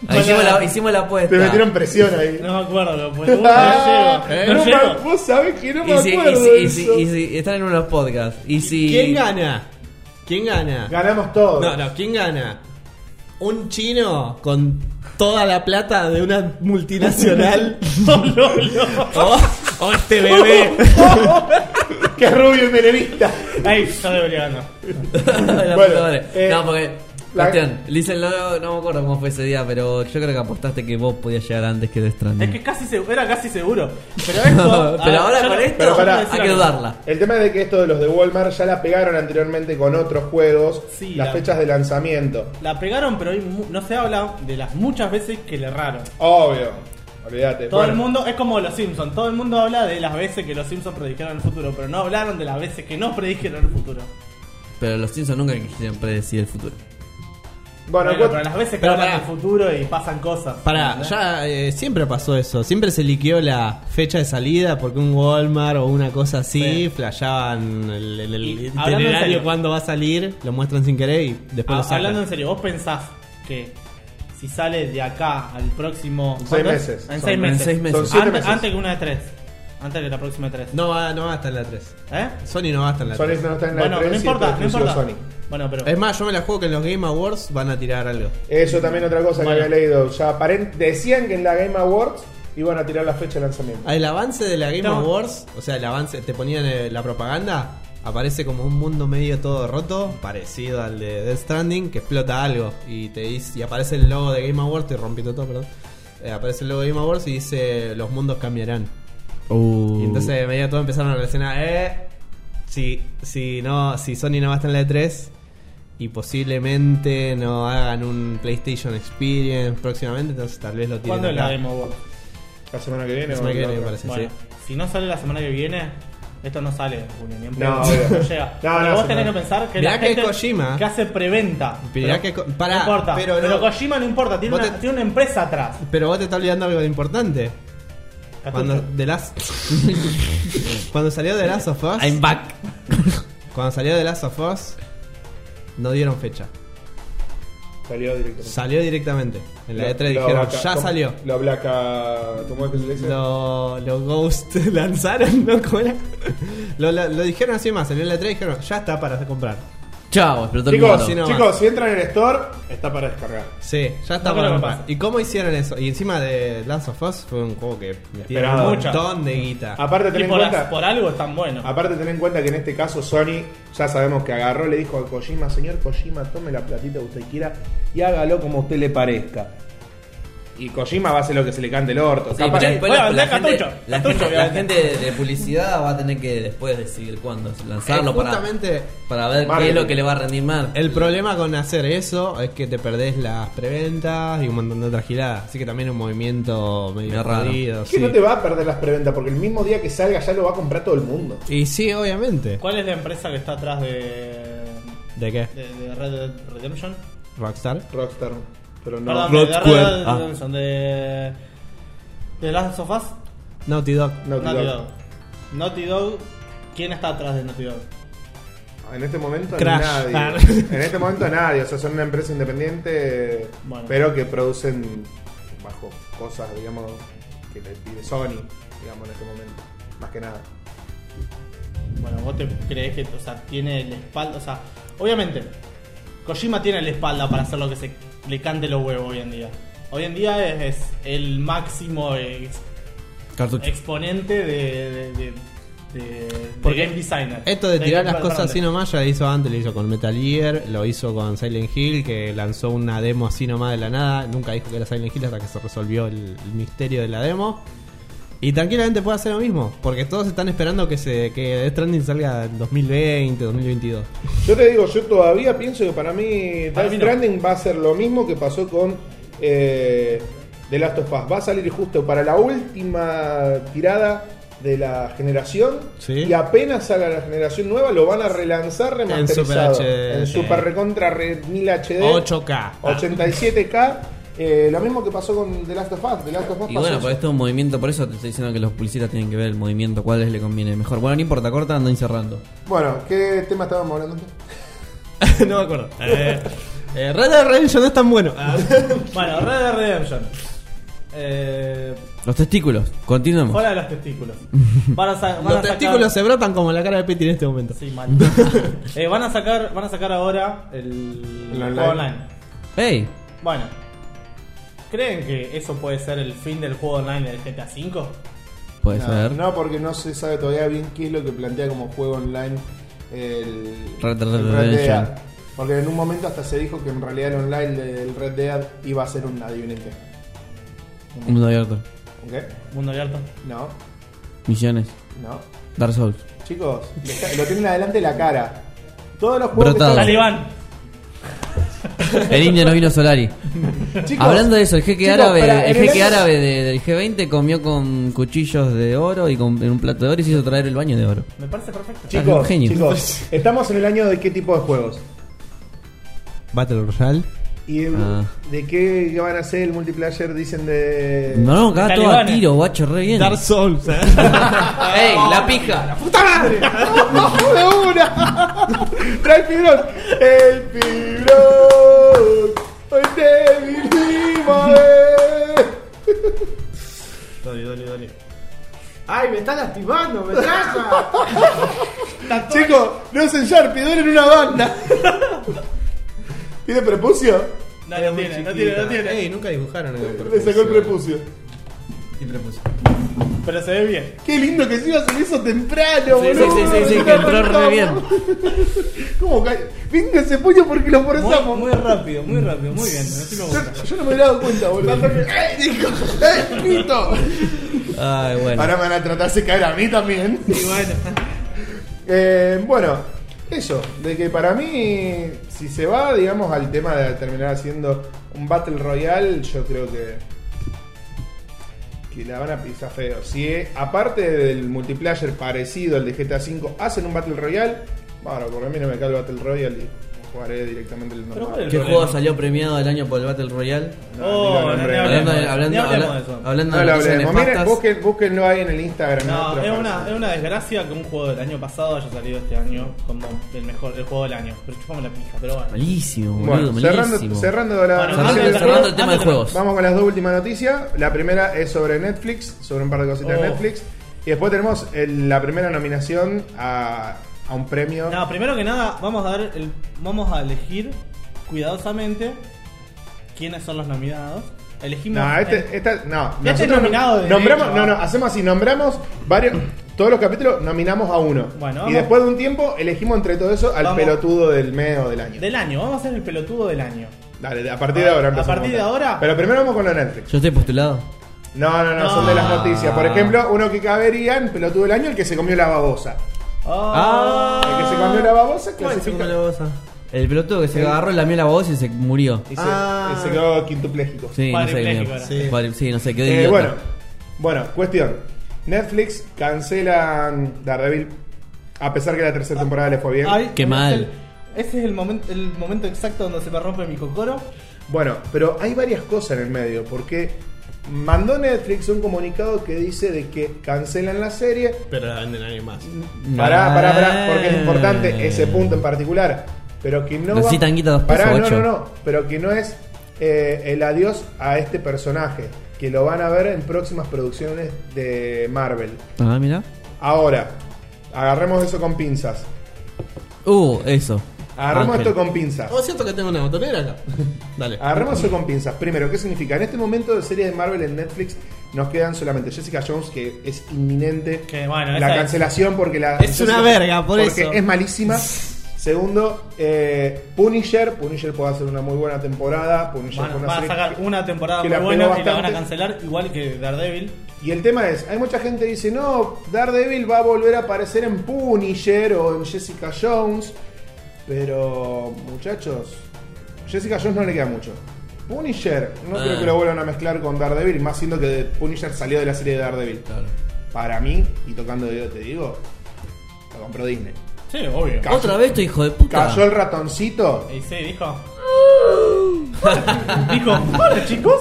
S2: Ah, hicimos, la, hicimos la apuesta.
S1: Te metieron presión ahí.
S4: No me acuerdo, lo pues, no
S1: Ah,
S3: Eh.
S4: llego. No
S1: no me-
S4: llego.
S1: vos sabés que no me
S2: Y si, y,
S1: acuerdo
S2: si,
S1: de
S2: y, si,
S1: eso.
S2: y si- están en unos podcasts. Y si.
S3: ¿Quién gana? ¿Quién gana?
S1: Ganamos todos.
S3: No, no, ¿quién gana? Un chino con toda la plata de una multinacional
S4: No, no, no.
S3: o,
S4: oh,
S3: o este bebé.
S1: Qué rubio y menemista.
S4: Ahí, yo debería ganar.
S2: La
S1: Bueno,
S2: puta madre.
S1: eh,
S2: no, porque.
S1: la-
S2: Cuestión, Listen, no, no me acuerdo cómo fue ese día, pero yo creo que apostaste que vos podías llegar antes que el
S4: Es
S2: Stranding.
S4: que casi seguro, era casi seguro. Pero esto.
S2: pero
S4: ah,
S2: ahora
S4: yo
S2: con
S4: no-
S2: esto
S1: pero
S4: yo
S1: pará,
S4: no
S2: hay
S4: decía
S2: que
S4: nada.
S2: dudarla.
S1: El tema es de que esto de los de Walmart ya la pegaron anteriormente con otros juegos.
S4: Sí,
S1: las
S4: la-
S1: fechas de lanzamiento.
S4: La pegaron, pero hoy mu- no se habla de las muchas veces que le erraron.
S1: Obvio. Olvídate.
S4: Todo
S1: Bueno,
S4: el mundo, es como los Simpsons, todo el mundo habla de las veces que los Simpsons predijeron el futuro, pero no hablaron de las veces que no predijeron el futuro.
S2: Pero los Simpsons nunca quisieron predecir el futuro.
S1: Bueno,
S4: Bueno,
S1: cu-
S4: pero las veces que
S3: Pero
S4: hablan
S3: pará.
S4: del futuro y pasan cosas.
S3: Pará,
S4: ¿entendés?
S3: ya eh, siempre pasó eso. Siempre se liqueó la fecha de salida porque un Walmart o una cosa así
S4: Sí.
S3: flashaban el, el- el
S4: Y hablando en
S3: itinerario
S4: serio.
S3: cuando va a salir, lo muestran sin querer y después
S4: Ah,
S3: lo sacan.
S4: hablando en serio, vos pensás que si sale de acá al próximo.
S1: Seis
S4: ¿cuándo es?
S1: meses.
S4: En
S2: Son-
S4: seis
S2: en
S4: meses.
S2: seis meses.
S1: Son siete
S4: antes,
S1: meses.
S4: antes que una de tres. Antes que la próxima de tres.
S3: No va, no va hasta la 3.
S4: ¿Eh?
S3: Sony no va hasta la
S1: Sony
S3: 3.
S1: no está en la
S4: Bueno, no
S1: 3 y está
S4: importa, no
S1: exclusivo
S4: importa.
S1: Sony.
S4: Bueno, pero.
S3: Es más, yo me la juego que en los Game Awards van a tirar algo.
S1: Eso también otra cosa
S4: Bueno.
S1: que había leído. Ya aparent- decían que en la Game Awards iban a tirar la fecha de lanzamiento.
S3: Ah, El avance de la Game
S4: Estamos-
S3: Awards, o sea, el avance, te ponían eh, la propaganda, aparece como un mundo medio todo roto, parecido al de Death Stranding, que explota algo y te dice, y aparece el logo de Game Awards, estoy rompiendo todo, perdón. Eh, aparece el logo de Game Awards y dice, los mundos cambiarán.
S1: Uh.
S2: Uh.
S3: Y entonces medio todo empezaron a relacionar, eh, si, si no, si Sony no va a estar en la E3 y posiblemente no hagan un PlayStation Experience próximamente, entonces tal vez lo tienen.
S4: ¿Cuándo es la
S3: acá.
S4: Game Awards?
S1: La semana que viene.
S3: La
S1: o
S3: semana que
S1: la
S3: viene,
S1: otra.
S3: parece. Sí,
S4: Bueno, si no sale la semana que viene, esto no sale en junio, ni en
S1: No,
S4: pedo,
S1: obvio.
S4: no llega.
S1: No,
S4: Pero
S1: no,
S4: vos
S1: se
S4: tenés
S1: no.
S4: que pensar que
S3: Mirá
S4: la
S3: que
S4: gente
S3: Kojima-
S4: que hace preventa.
S3: Mirá
S4: Pero-
S3: que co- pará,
S4: no importa,
S3: pero
S4: pero,
S3: no.
S4: Kojima no importa, tiene
S3: Vos
S4: una,
S3: te-
S4: tiene una empresa atrás.
S3: Pero vos te estás olvidando algo importante. Cuando
S4: Cartucho.
S3: The Last- Cuando salió The Last of Us.
S2: I'm back.
S3: Cuando salió The Last of Us, no dieron fecha.
S1: Salió directamente.
S3: Salió directamente. En la
S1: Lo-
S3: E3
S1: lo
S3: dijeron,
S1: vaca-
S3: ya
S1: ¿cómo?
S3: salió.
S1: Lo blaca. ¿Cómo es que se le dice?
S3: Lo, lo Ghost lanzaron, ¿no? ¿Cómo era? Lo, lo- lo dijeron así más, salió en la E3 y dijeron, ya está para comprar.
S2: Chao, explotó el
S1: Chicos,
S2: mundo.
S1: si,
S3: no-
S1: chicos, si entran en el store, está para descargar.
S3: Sí, ya está para
S4: No creo que
S3: comprar.
S4: pase.
S3: ¿Y cómo hicieron eso? Y encima de Last of Us fue un juego que tiene un
S1: Esperado.
S3: montón de guita. Eh,
S1: Aparte, ten
S4: Y
S1: en
S4: por,
S1: cuenta.
S4: por algo es tan bueno.
S1: Aparte, ten en cuenta que en este caso Sony ya sabemos que agarró, le dijo a Kojima, señor Kojima, tome la platita que usted quiera y hágalo como a usted le parezca. Y Kojima va a hacer lo que se le cante el orto.
S2: Sí,
S1: Capaz-
S2: pero después
S4: bueno,
S2: la, la
S4: de
S2: gente,
S4: cartucho,
S2: la,
S4: cartucho,
S2: gente, la
S4: obviamente.
S2: gente de publicidad va a tener que después decidir cuándo lanzarlo
S3: Eh,
S2: para,
S3: justamente
S2: para ver qué
S1: Marketing.
S2: es lo que le va a rendir más.
S3: El problema con hacer eso es que te perdés las preventas y un montón de otras giladas. Así que también es un movimiento medio
S2: Medio raro.
S3: perdido.
S1: Es que
S3: sí.
S1: no te va a perder las preventas porque el mismo día que salga ya lo va a comprar todo el mundo.
S3: Y sí, obviamente.
S4: ¿Cuál es la empresa que está atrás de,
S3: ¿De qué?
S4: de, de Red Dead Redemption?
S3: ¿Rockstar?
S1: Rockstar, pero no.
S4: Perdón, de, de Red
S2: Rocksquare.
S4: Dead
S2: Ah.
S4: Redemption, de, de Last of Us.
S3: Naughty Dog.
S1: Naughty Dog.
S4: Naughty Dog. ¿Quién está atrás de Naughty Dog?
S1: En este momento
S3: Crash. Ah.
S1: nadie. En este momento nadie. O sea, son una empresa independiente,
S4: Bueno.
S1: pero que producen bajo cosas, digamos, que les pide Sony, digamos, en este momento. Más que nada.
S4: Bueno, vos te crees que, o sea, tiene la espalda, o sea, obviamente, Kojima tiene la espalda para hacer lo que se le cante los huevos hoy en día. Hoy en día es, es el máximo ex-
S2: Cartucho.
S4: exponente de, de, de- de- de
S3: Porque
S4: game designer.
S3: Esto de tirar las
S4: game
S3: cosas
S4: designer.
S3: así nomás ya lo hizo antes, lo hizo con Metal Gear, lo hizo con Silent Hill, que lanzó una demo así nomás de la nada, nunca dijo que era Silent Hill hasta que se resolvió el, el misterio de la demo. Y tranquilamente puede hacer lo mismo, porque todos están esperando que se que Death Stranding salga en 2020, 2022.
S1: Yo te digo, yo todavía pienso que para mí
S4: Para
S1: Death
S4: mí no.
S1: Stranding va a ser lo mismo que pasó con eh, The Last of Us. Va a salir justo para la última tirada de la generación
S3: Sí.
S1: y apenas salga la generación nueva lo van a relanzar remasterizado
S3: Super HD,
S1: en
S3: sí.
S1: super recontra re- 1000 HD
S3: 8K.
S2: Ah.
S1: 87K eh, lo mismo que pasó con The Last of Us The Last of Us
S2: Y
S1: pasó
S2: bueno,
S1: eso.
S2: pues esto es un movimiento, por eso te estoy diciendo que los publicistas tienen que ver el movimiento, cuál les le conviene mejor. Bueno, no importa, corta, ando encerrando.
S1: Bueno, ¿qué tema estábamos hablando?
S3: no me acuerdo. Eh, Red Dead Redemption no es tan bueno. Ah,
S4: Bueno, Red Dead Redemption. Eh,
S2: Los testículos, continuemos.
S4: fuera de los testículos. Van a sa- van a
S3: Los
S4: sacar-
S3: testículos se brotan como la cara de Pity en este momento.
S4: Sí, mal. Eh, van a sacar, van a sacar ahora el,
S1: El
S4: juego
S1: online.
S4: online.
S2: ¡Ey!
S4: Bueno, ¿creen que eso puede ser el fin del juego online del GTA V?
S2: Puede
S1: No,
S2: ser.
S1: No, porque no se sabe todavía bien qué es lo que plantea como juego online el
S2: Red Dead
S1: el Red
S2: Redemption.
S1: Dead. Porque en un momento hasta se dijo que en realidad el online del Red Dead iba a ser un adivinete.
S2: Un Mundo abierto.
S1: ¿Ok?
S4: Mundo abierto.
S1: No,
S2: Misiones.
S1: no.
S2: Dark Souls.
S1: Chicos, le está- lo tienen adelante la cara. Todos los juegos
S2: Brotado.
S1: que
S4: Dale,
S1: están-
S4: Iván.
S2: El indio no vino Solari.
S1: Chicos,
S2: Hablando de eso, el jeque
S1: chicos,
S2: árabe,
S1: para- en el
S2: el jeque
S1: año-
S2: árabe de- del G20 comió con cuchillos de oro y con en un plato de oro y se hizo traer el baño de oro.
S4: Me parece perfecto.
S2: Ah, es un
S1: Chicos,
S2: genio.
S1: chicos, estamos en el año de qué tipo de juegos.
S3: Battle Royale.
S1: ¿Y de,
S2: Ah.
S1: de qué van a ser el multiplayer? Dicen de.
S2: No, no, cada todo a
S4: Talibanes.
S2: tiro, guacho, re bien.
S3: Dark Souls. eh.
S2: ¡Ey, la pija!
S1: ¡Puta madre! ¡No, ¡De una! ¡Trae el fibrón! ¡El fibrón! ¡Hoy te vinimos a ver!
S4: Dale, dale, dale.
S3: Ay, me está lastimando, me traza.
S1: Chicos, no es el Sharpie, duele en una banda. ¿Tiene prepucio?
S4: No, no tiene, no tiene, no tiene.
S3: Ey, nunca dibujaron el
S1: Le sacó el prepucio.
S4: Pero se ve bien.
S1: Qué lindo que se iba a hacer eso temprano,
S2: Sí, sí,
S1: boludo.
S2: sí, sí, sí, que entró re bien.
S1: ¿Cómo cae? Venga ese puño porque lo forzamos.
S4: Muy, muy rápido, muy rápido, muy bien. Así me gusta.
S1: Yo, yo no me he dado cuenta, boludo. ¡Eh, dijo! ¡Eh, pito!
S2: Ay, bueno.
S1: Ahora me van a tratar de caer a mí también.
S4: Y bueno,
S1: Eh, bueno, eso, de que para mí, si se va, digamos, al tema de terminar haciendo un Battle Royale, yo creo que. que la van a pisar feo. Si eh, aparte del multiplayer parecido al de GTA V, hacen un Battle Royale, bueno, porque a mí no me cae el Battle Royale y jugaré directamente el
S4: Pero
S1: normal.
S4: bueno,
S2: ¿Qué juego salió premiado del año por el Battle Royale?
S4: Oh,
S1: digo el nombre.
S4: no,
S2: Hablando de,
S4: Ni
S2: hablando,
S4: hablemos
S2: habla-
S4: de eso.
S2: hablando
S1: No
S2: de
S1: lo
S2: noticias
S1: hablemos. Miren,
S2: nefastas,
S1: busquen- búsquenlo ahí en el Instagram.
S4: No,
S1: otro
S4: es una,
S1: perfil.
S4: es una desgracia que un juego del año pasado haya salido este año como el mejor el juego del año. Pero chupame la pija, pero bueno.
S2: Malísimo, boludo,
S1: Bueno, cerrando,
S2: malísimo.
S1: cerrando la
S4: Bueno,
S1: noticia
S2: Cerrando-
S1: del
S4: antes-
S2: cerrando el
S4: antes
S2: tema de
S4: de-
S2: juegos.
S1: Vamos con las dos últimas noticias. La primera es sobre Netflix, sobre un par de cositas de
S4: Oh.
S1: Netflix. Y después tenemos el- la primera nominación a, a un premio.
S4: No, primero que nada, vamos a dar el, vamos a elegir cuidadosamente quiénes son los nominados. Elegimos
S1: No, este,
S4: eh,
S1: esta- no,
S4: Este es
S1: nom-
S4: nominado de
S1: nombramos,
S4: derecho,
S1: no, no,
S4: ah.
S1: hacemos así, nombramos varios, todos los capítulos nominamos a uno.
S4: Bueno,
S1: y
S4: vamos.
S1: después de un tiempo elegimos entre todo eso al
S4: Vamos.
S1: pelotudo del mes o del año.
S4: del año. Vamos a hacer el pelotudo del año.
S1: Dale, a partir de ahora
S4: A
S1: empezamos.
S4: partir de
S1: votar.
S4: ahora.
S1: Pero primero vamos con la Netflix.
S2: Yo estoy postulado.
S1: No, no, no,
S4: No.
S1: son de las noticias. Por ejemplo, uno que cabería en pelotudo del año, el que se comió la babosa.
S4: Ah.
S1: El que se comió la babosa, clasifica.
S2: El pelotudo que se agarró, lamió la voz y se murió.
S1: Y se,
S3: Ah.
S1: y se quedó quintupléjico.
S2: Sí, no sé qué
S4: Cuadripléjico
S2: mierda.
S4: era.
S2: Sí. Cuadri- sí, no sé qué
S1: Eh,
S2: idiota.
S1: bueno, bueno, cuestión. Netflix cancelan Daredevil. A pesar que la tercera temporada le fue bien.
S4: Ay,
S2: Qué
S4: es
S2: mal.
S4: el- ese es el momento, el momento exacto donde se me rompe mi cocoro.
S1: Bueno, pero hay varias cosas en el medio. Porque mandó Netflix un comunicado que dice de que cancelan la serie.
S3: Pero la venden a alguien más.
S1: Pará, pará, pará.
S2: Eh.
S1: Porque es importante ese punto en particular. Pero que no.
S2: Necesitan guita dos
S1: Pará,
S2: pesos,
S1: no,
S2: ocho.
S1: no, no. Pero que no es eh, el adiós a este personaje. Que lo van a ver en próximas producciones de Marvel.
S2: Ah, mira.
S1: Ahora, agarremos eso con pinzas.
S2: Uh, eso.
S1: Agarremos
S2: Ángel.
S1: esto con pinzas.
S3: Oh, es cierto que tengo una botonera acá. Dale.
S1: Agarremos eso con pinzas. Primero, ¿qué significa? En este momento de series de Marvel en Netflix nos quedan solamente Jessica Jones, que es inminente.
S4: Que, bueno,
S1: la
S4: esa es-
S1: cancelación porque la...
S3: Es una verga, por
S1: porque
S3: eso.
S1: es malísima. Segundo, eh, Punisher. Punisher puede hacer una muy buena temporada. Punisher
S4: Van,
S1: fue una
S4: van a
S1: serie
S4: sacar
S1: que-
S4: una temporada
S1: que
S4: muy
S1: la pegó
S4: buena y la van a
S1: bastante.
S4: cancelar, igual que Daredevil.
S1: Y el tema es, hay mucha gente que dice, no, Daredevil va a volver a aparecer en Punisher o en Jessica Jones. Pero, muchachos, Jessica Jones no le queda mucho. Punisher, no
S2: Ah.
S1: creo que lo vuelvan a mezclar con Daredevil, más siendo que Punisher salió de la serie de Daredevil. Para mí, y tocando dedo te digo, lo compró Disney.
S4: Sí, obvio.
S1: Cayó-
S2: Otra vez tu hijo de puta.
S1: Cayó el ratoncito.
S4: Y sí, dijo. dijo, hola chicos.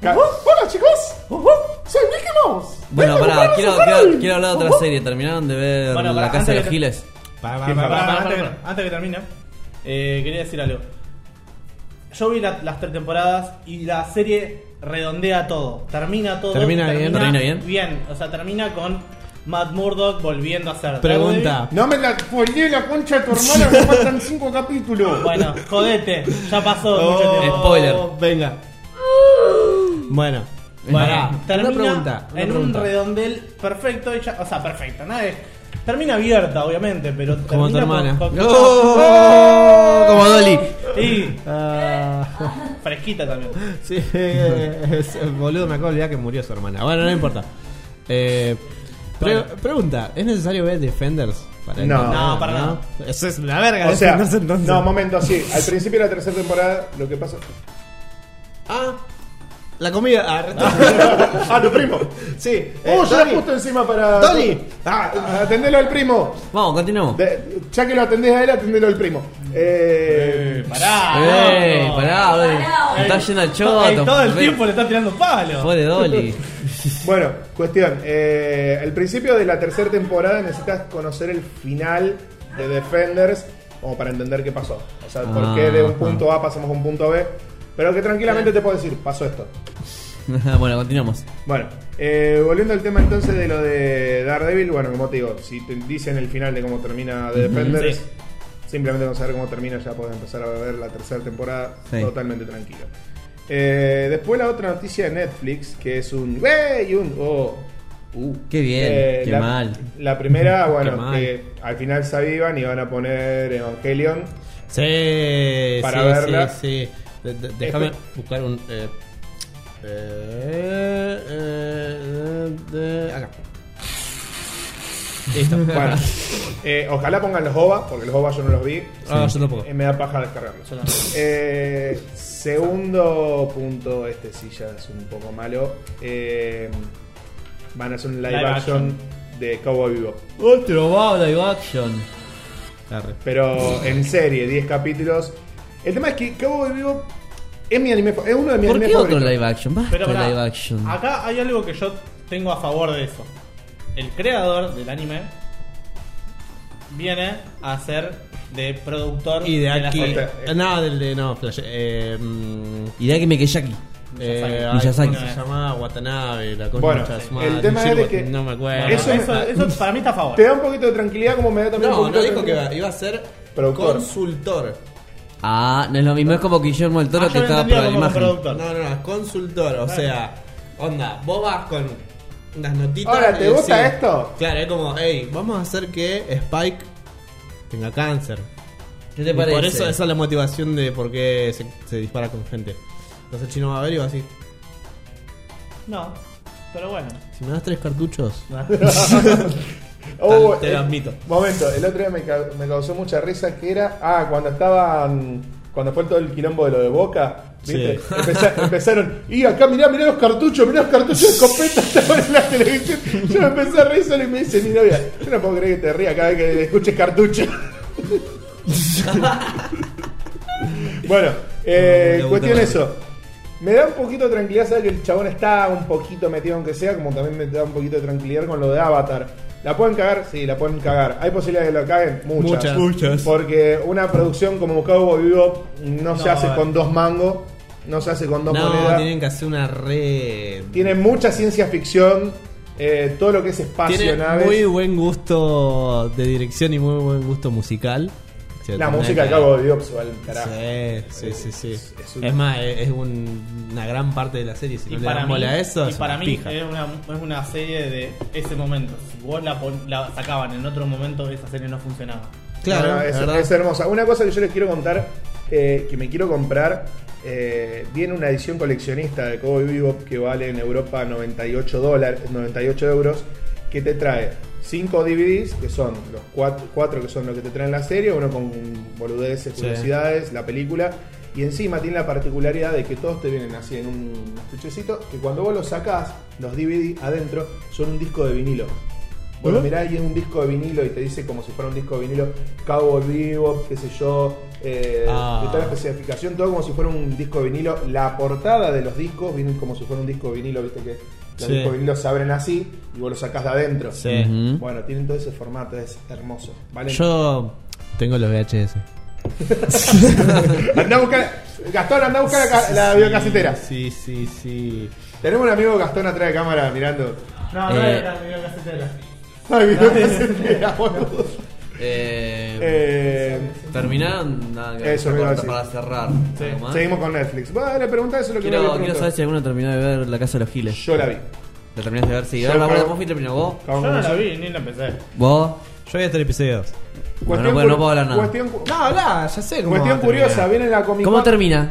S1: Ca- ¡Hola chicos! ¡Soy Mickey Mouse!
S2: Bueno,
S1: Vengo a
S2: pará,
S1: jugar a
S2: quiero,
S1: Super
S2: quiero,
S1: Bowl.
S2: quiero hablar de otra serie. ¿Terminaron de ver
S4: Bueno, pará,
S2: La Casa de
S4: antes
S2: los
S4: que-
S2: Giles?
S3: Pará,
S1: ¿Qué
S3: pará, pará,
S4: Pará,
S3: pará,
S4: pará, antes,
S3: pará,
S4: que- antes que termine, eh, quería decir algo. Yo vi la- las tres temporadas y la serie redondea todo. Termina todo.
S3: Termina bien.
S2: Termina bien.
S4: o sea, termina con Matt Murdock volviendo a ser.
S3: Pregunta.
S1: No me la follé la concha de tu hermana, me faltan cinco capítulos.
S4: Daredevil. Bueno, jodete, ya pasó mucho
S3: Oh,
S4: tiempo.
S2: Spoiler.
S3: Venga. Bueno.
S4: Bueno,
S3: pará,
S4: termina
S3: una pregunta. una
S4: en
S3: pregunta.
S4: un redondel perfecto, y ya- o sea, perfecto, nada es- termina abierta, obviamente, pero
S3: Como tu
S4: termina
S3: hermana.
S4: con- con-
S3: ¡Oh! Como Dolly.
S4: y
S3: Ah,
S4: fresquita también.
S3: sí, es- boludo, me acabo de olvidar que murió su hermana. Bueno, no importa. Eh, pre- Pregunta: ¿es necesario ver Defenders? Para
S1: No.
S3: entender?
S4: No, para nada.
S3: Eso es una verga.
S1: O sea,
S3: Defenders, entonces.
S1: no, momento, sí. Al principio de la tercera temporada, lo que pasa.
S3: Ah, la comida. Ah,
S1: ¡Ah, tu primo!
S3: sí. eh,
S1: ¡Oh, yo la
S3: Dolly.
S1: justo encima para.
S3: Tony.
S1: ¡Ah, atendelo al primo!
S2: Vamos, continuamos.
S1: De- ya que lo atendés a él, atendelo al primo. Eh,
S4: Pará,
S2: ¡Ey!
S4: loco.
S2: Pará, boludo.
S5: Pará,
S2: Está
S4: Ey,
S2: yendo al
S4: ey,
S2: choto.
S4: Todo el
S2: Ve-
S4: tiempo le está tirando palos.
S2: Pobre Dolly.
S1: Bueno, cuestión. eh, al principio de la tercera temporada necesitas conocer el final de Defenders como para entender qué pasó. O sea, por
S2: Ah,
S1: qué de un
S2: ajá.
S1: punto A pasamos a un punto B. Pero que tranquilamente te puedo decir, pasó esto.
S2: bueno, continuamos.
S1: Bueno, eh, volviendo al tema entonces de lo de Daredevil, bueno, como te digo, si te dicen el final de cómo termina The Defenders,
S4: sí.
S1: simplemente con saber cómo termina ya podés empezar a ver la tercera temporada
S2: Sí.
S1: totalmente tranquilo. Eh, después la otra noticia de Netflix, que es un... ¡Wey! y un... ¡Oh! Uh.
S2: Qué bien, qué
S1: la,
S2: mal.
S1: La primera, bueno,
S3: mal.
S1: que al final se avivan y van a poner Evangelion.
S3: Sí,
S1: Para
S3: sí,
S1: verla. Este-
S3: sí, sí. De- de- Déjame
S1: Esto-
S3: buscar un. eh, eh, eh, eh, acá. Listo.
S1: Bueno, eh, ojalá pongan los OVA, porque los OVA yo no los vi.
S3: Ah, yo tampoco.
S1: Eh, me da paja descargarlos.
S4: Yo también.
S1: Eh, segundo punto, este sí ya es un poco malo. Eh, van a hacer un live,
S4: Live
S1: action,
S4: action.
S1: de Cowboy Vivo.
S2: Otro wow, live action.
S3: Arre.
S1: Pero en serie, 10 capítulos. El tema es que Cowboy Vivo es mi anime, fa- es uno de mis
S2: ¿Por
S1: animes
S2: qué otro
S1: favoritos.
S2: live action? Basta
S4: Pero pará, Ah.
S2: live action.
S4: acá hay algo que yo tengo a favor de eso. El creador del anime viene a ser de productor
S3: Y de
S4: la
S3: aquí. Ah,
S4: serie.
S1: serie.
S3: No, del de. No, Flash. Eh, mm,
S2: Idea que me quedé aquí.
S4: Miyazaki.
S3: eh, ay,
S2: Miyazaki.
S3: ¿cómo Se llamaba Watanabe, la concha
S1: Bueno,
S3: de su
S1: el
S3: madre.
S1: tema
S3: Sí,
S1: es de
S3: Wat-
S1: que-
S3: No me acuerdo. Ah,
S4: Eso,
S1: Eso me-
S4: eso, eso para mí está a favor.
S1: Te da un poquito de tranquilidad como me da también un
S3: no,
S1: poquito
S3: no
S1: de
S3: dijo que iba,
S1: tranquilidad.
S3: iba a ser
S1: Productor.
S3: consultor.
S2: Ah, no es lo mismo, es como Guillermo del Toro
S4: Ah,
S2: que
S4: yo lo
S2: estaba
S4: entendía
S2: por la
S4: como
S2: imagen.
S4: productor.
S3: No, no, no, consultor, o sea, onda, vos vas con unas notitas.
S1: Ahora, ¿te
S3: y
S1: gusta
S3: decís-
S1: esto?
S3: Claro, es como, hey, vamos a hacer que Spike tenga cáncer.
S2: ¿Qué te
S3: Y
S2: parece?
S3: Por eso esa es la motivación de por qué se, se dispara con gente. Entonces el chino va a ver y va así,
S4: No, pero bueno.
S3: si me das tres cartuchos.
S1: Oh,
S3: Te lo
S1: eh,
S3: admito.
S1: Momento, el otro día me, ca- me causó mucha risa que era. Ah, cuando estaban. Cuando fue todo el quilombo de lo de Boca, ¿viste?
S3: Sí.
S1: Empeza- empezaron. Y acá mirá, mirá los cartuchos, mirá los cartuchos de escopeta estaban en la televisión. Yo me empecé a reír solo y me dice mi novia: Yo no puedo creer que te rías cada vez que escuches cartucho. bueno, eh,
S3: Me gusta
S1: cuestión
S3: más.
S1: eso. Me da un poquito de tranquilidad saber que el chabón está un poquito metido aunque sea, como también me da un poquito de tranquilidad con lo de Avatar. ¿La pueden cagar? Sí, la pueden cagar. ¿Hay posibilidad de que la caguen? Muchas.
S3: Muchas. Muchas.
S1: Porque una producción como Cowboy Vivo no, se
S4: No,
S1: hace
S4: eh.
S1: con dos mangos, no se hace con dos
S3: No,
S1: monedas.
S3: tienen que hacer una red.
S1: Tiene mucha ciencia ficción, eh, todo lo que es espacio,
S3: Tiene
S1: naves.
S3: muy buen gusto de dirección y muy buen gusto musical.
S1: La música de
S3: acabó
S1: Cowboy Vivo se va al carajo.
S3: Sí, sí, sí, sí.
S1: Es-
S3: Es,
S1: es un-
S3: más, es, es un- una gran parte de la serie. Si
S4: Y
S3: no le
S4: para
S3: dan
S4: mí,
S3: bola a eso,
S4: y
S3: es
S4: para
S3: una
S4: mí
S3: pija.
S4: es, una, es una serie de ese momento. Si vos la, pon- la sacaban en otro momento, esa serie no funcionaba.
S3: Claro,
S1: No, no, es,
S3: la verdad.
S1: es hermosa. Una cosa que yo les quiero contar, eh, que me quiero comprar, eh, viene una edición coleccionista de Cowboy Bebop que vale en Europa 98 dólares, 98 euros, que te trae 5 DVDs, que son los 4 que son los que te traen la serie, uno con boludeces,
S3: Sí.
S1: curiosidades, la película. Y encima tiene la particularidad de que todos te vienen así en un estuchecito, que cuando vos los sacás, los DVD adentro, son un disco de vinilo. Vos
S3: ¿Eh?
S1: lo mirá y es un disco de vinilo y te dice como si fuera un disco de vinilo, Cowboy Vivo, qué sé yo, eh,
S3: Ah.
S1: de toda la especificación, todo como si fuera un disco de vinilo. La portada de los discos viene como si fuera un disco de vinilo, viste que los
S3: Sí.
S1: discos de vinilo se abren así y vos los sacás de adentro.
S3: Sí.
S2: Ujú.
S1: Bueno, tienen todo ese formato, es hermoso. ¿vale?
S3: Yo tengo los VHS.
S1: Andá a buscar, Gastón, andá a buscar la, ca- la videocasetera.
S3: Sí, sí, sí.
S1: Tenemos un amigo Gastón atrás de cámara mirando.
S4: No, no
S2: Eh.
S4: era la videocasetera.
S1: No hay videocasetera, boludo.
S2: Eh,
S1: Eh,
S2: Terminaron. Nada, que-
S1: Eso, me iba a
S2: corta
S1: decir.
S2: para cerrar.
S4: Sí.
S2: ¿Algo más?
S1: seguimos con Netflix. Bueno, le preguntá eso lo que me
S2: Ah. Quiero,
S1: había
S2: quiero saber
S1: preguntado.
S2: si alguno terminó de ver La Casa de los Giles.
S1: Yo la vi.
S2: ¿La terminaste de ver? Sí.
S1: Yo
S2: Ahora,
S1: creo-
S2: bueno, vos, Fito, terminó. ¿Vos?
S1: Acabamos
S4: Yo no
S1: con
S4: la
S1: eso.
S4: vi, ni la empecé.
S2: ¿Vos?
S3: Yo voy hasta el episodio 2.
S2: no puedo- no puedo hablar nada.
S1: Cuestión, cu-
S3: No, habla, ya sé cómo.
S1: cuestión
S3: va a terminar.
S1: curiosa, viene la Comic
S2: ¿Cómo
S1: Con.
S2: termina?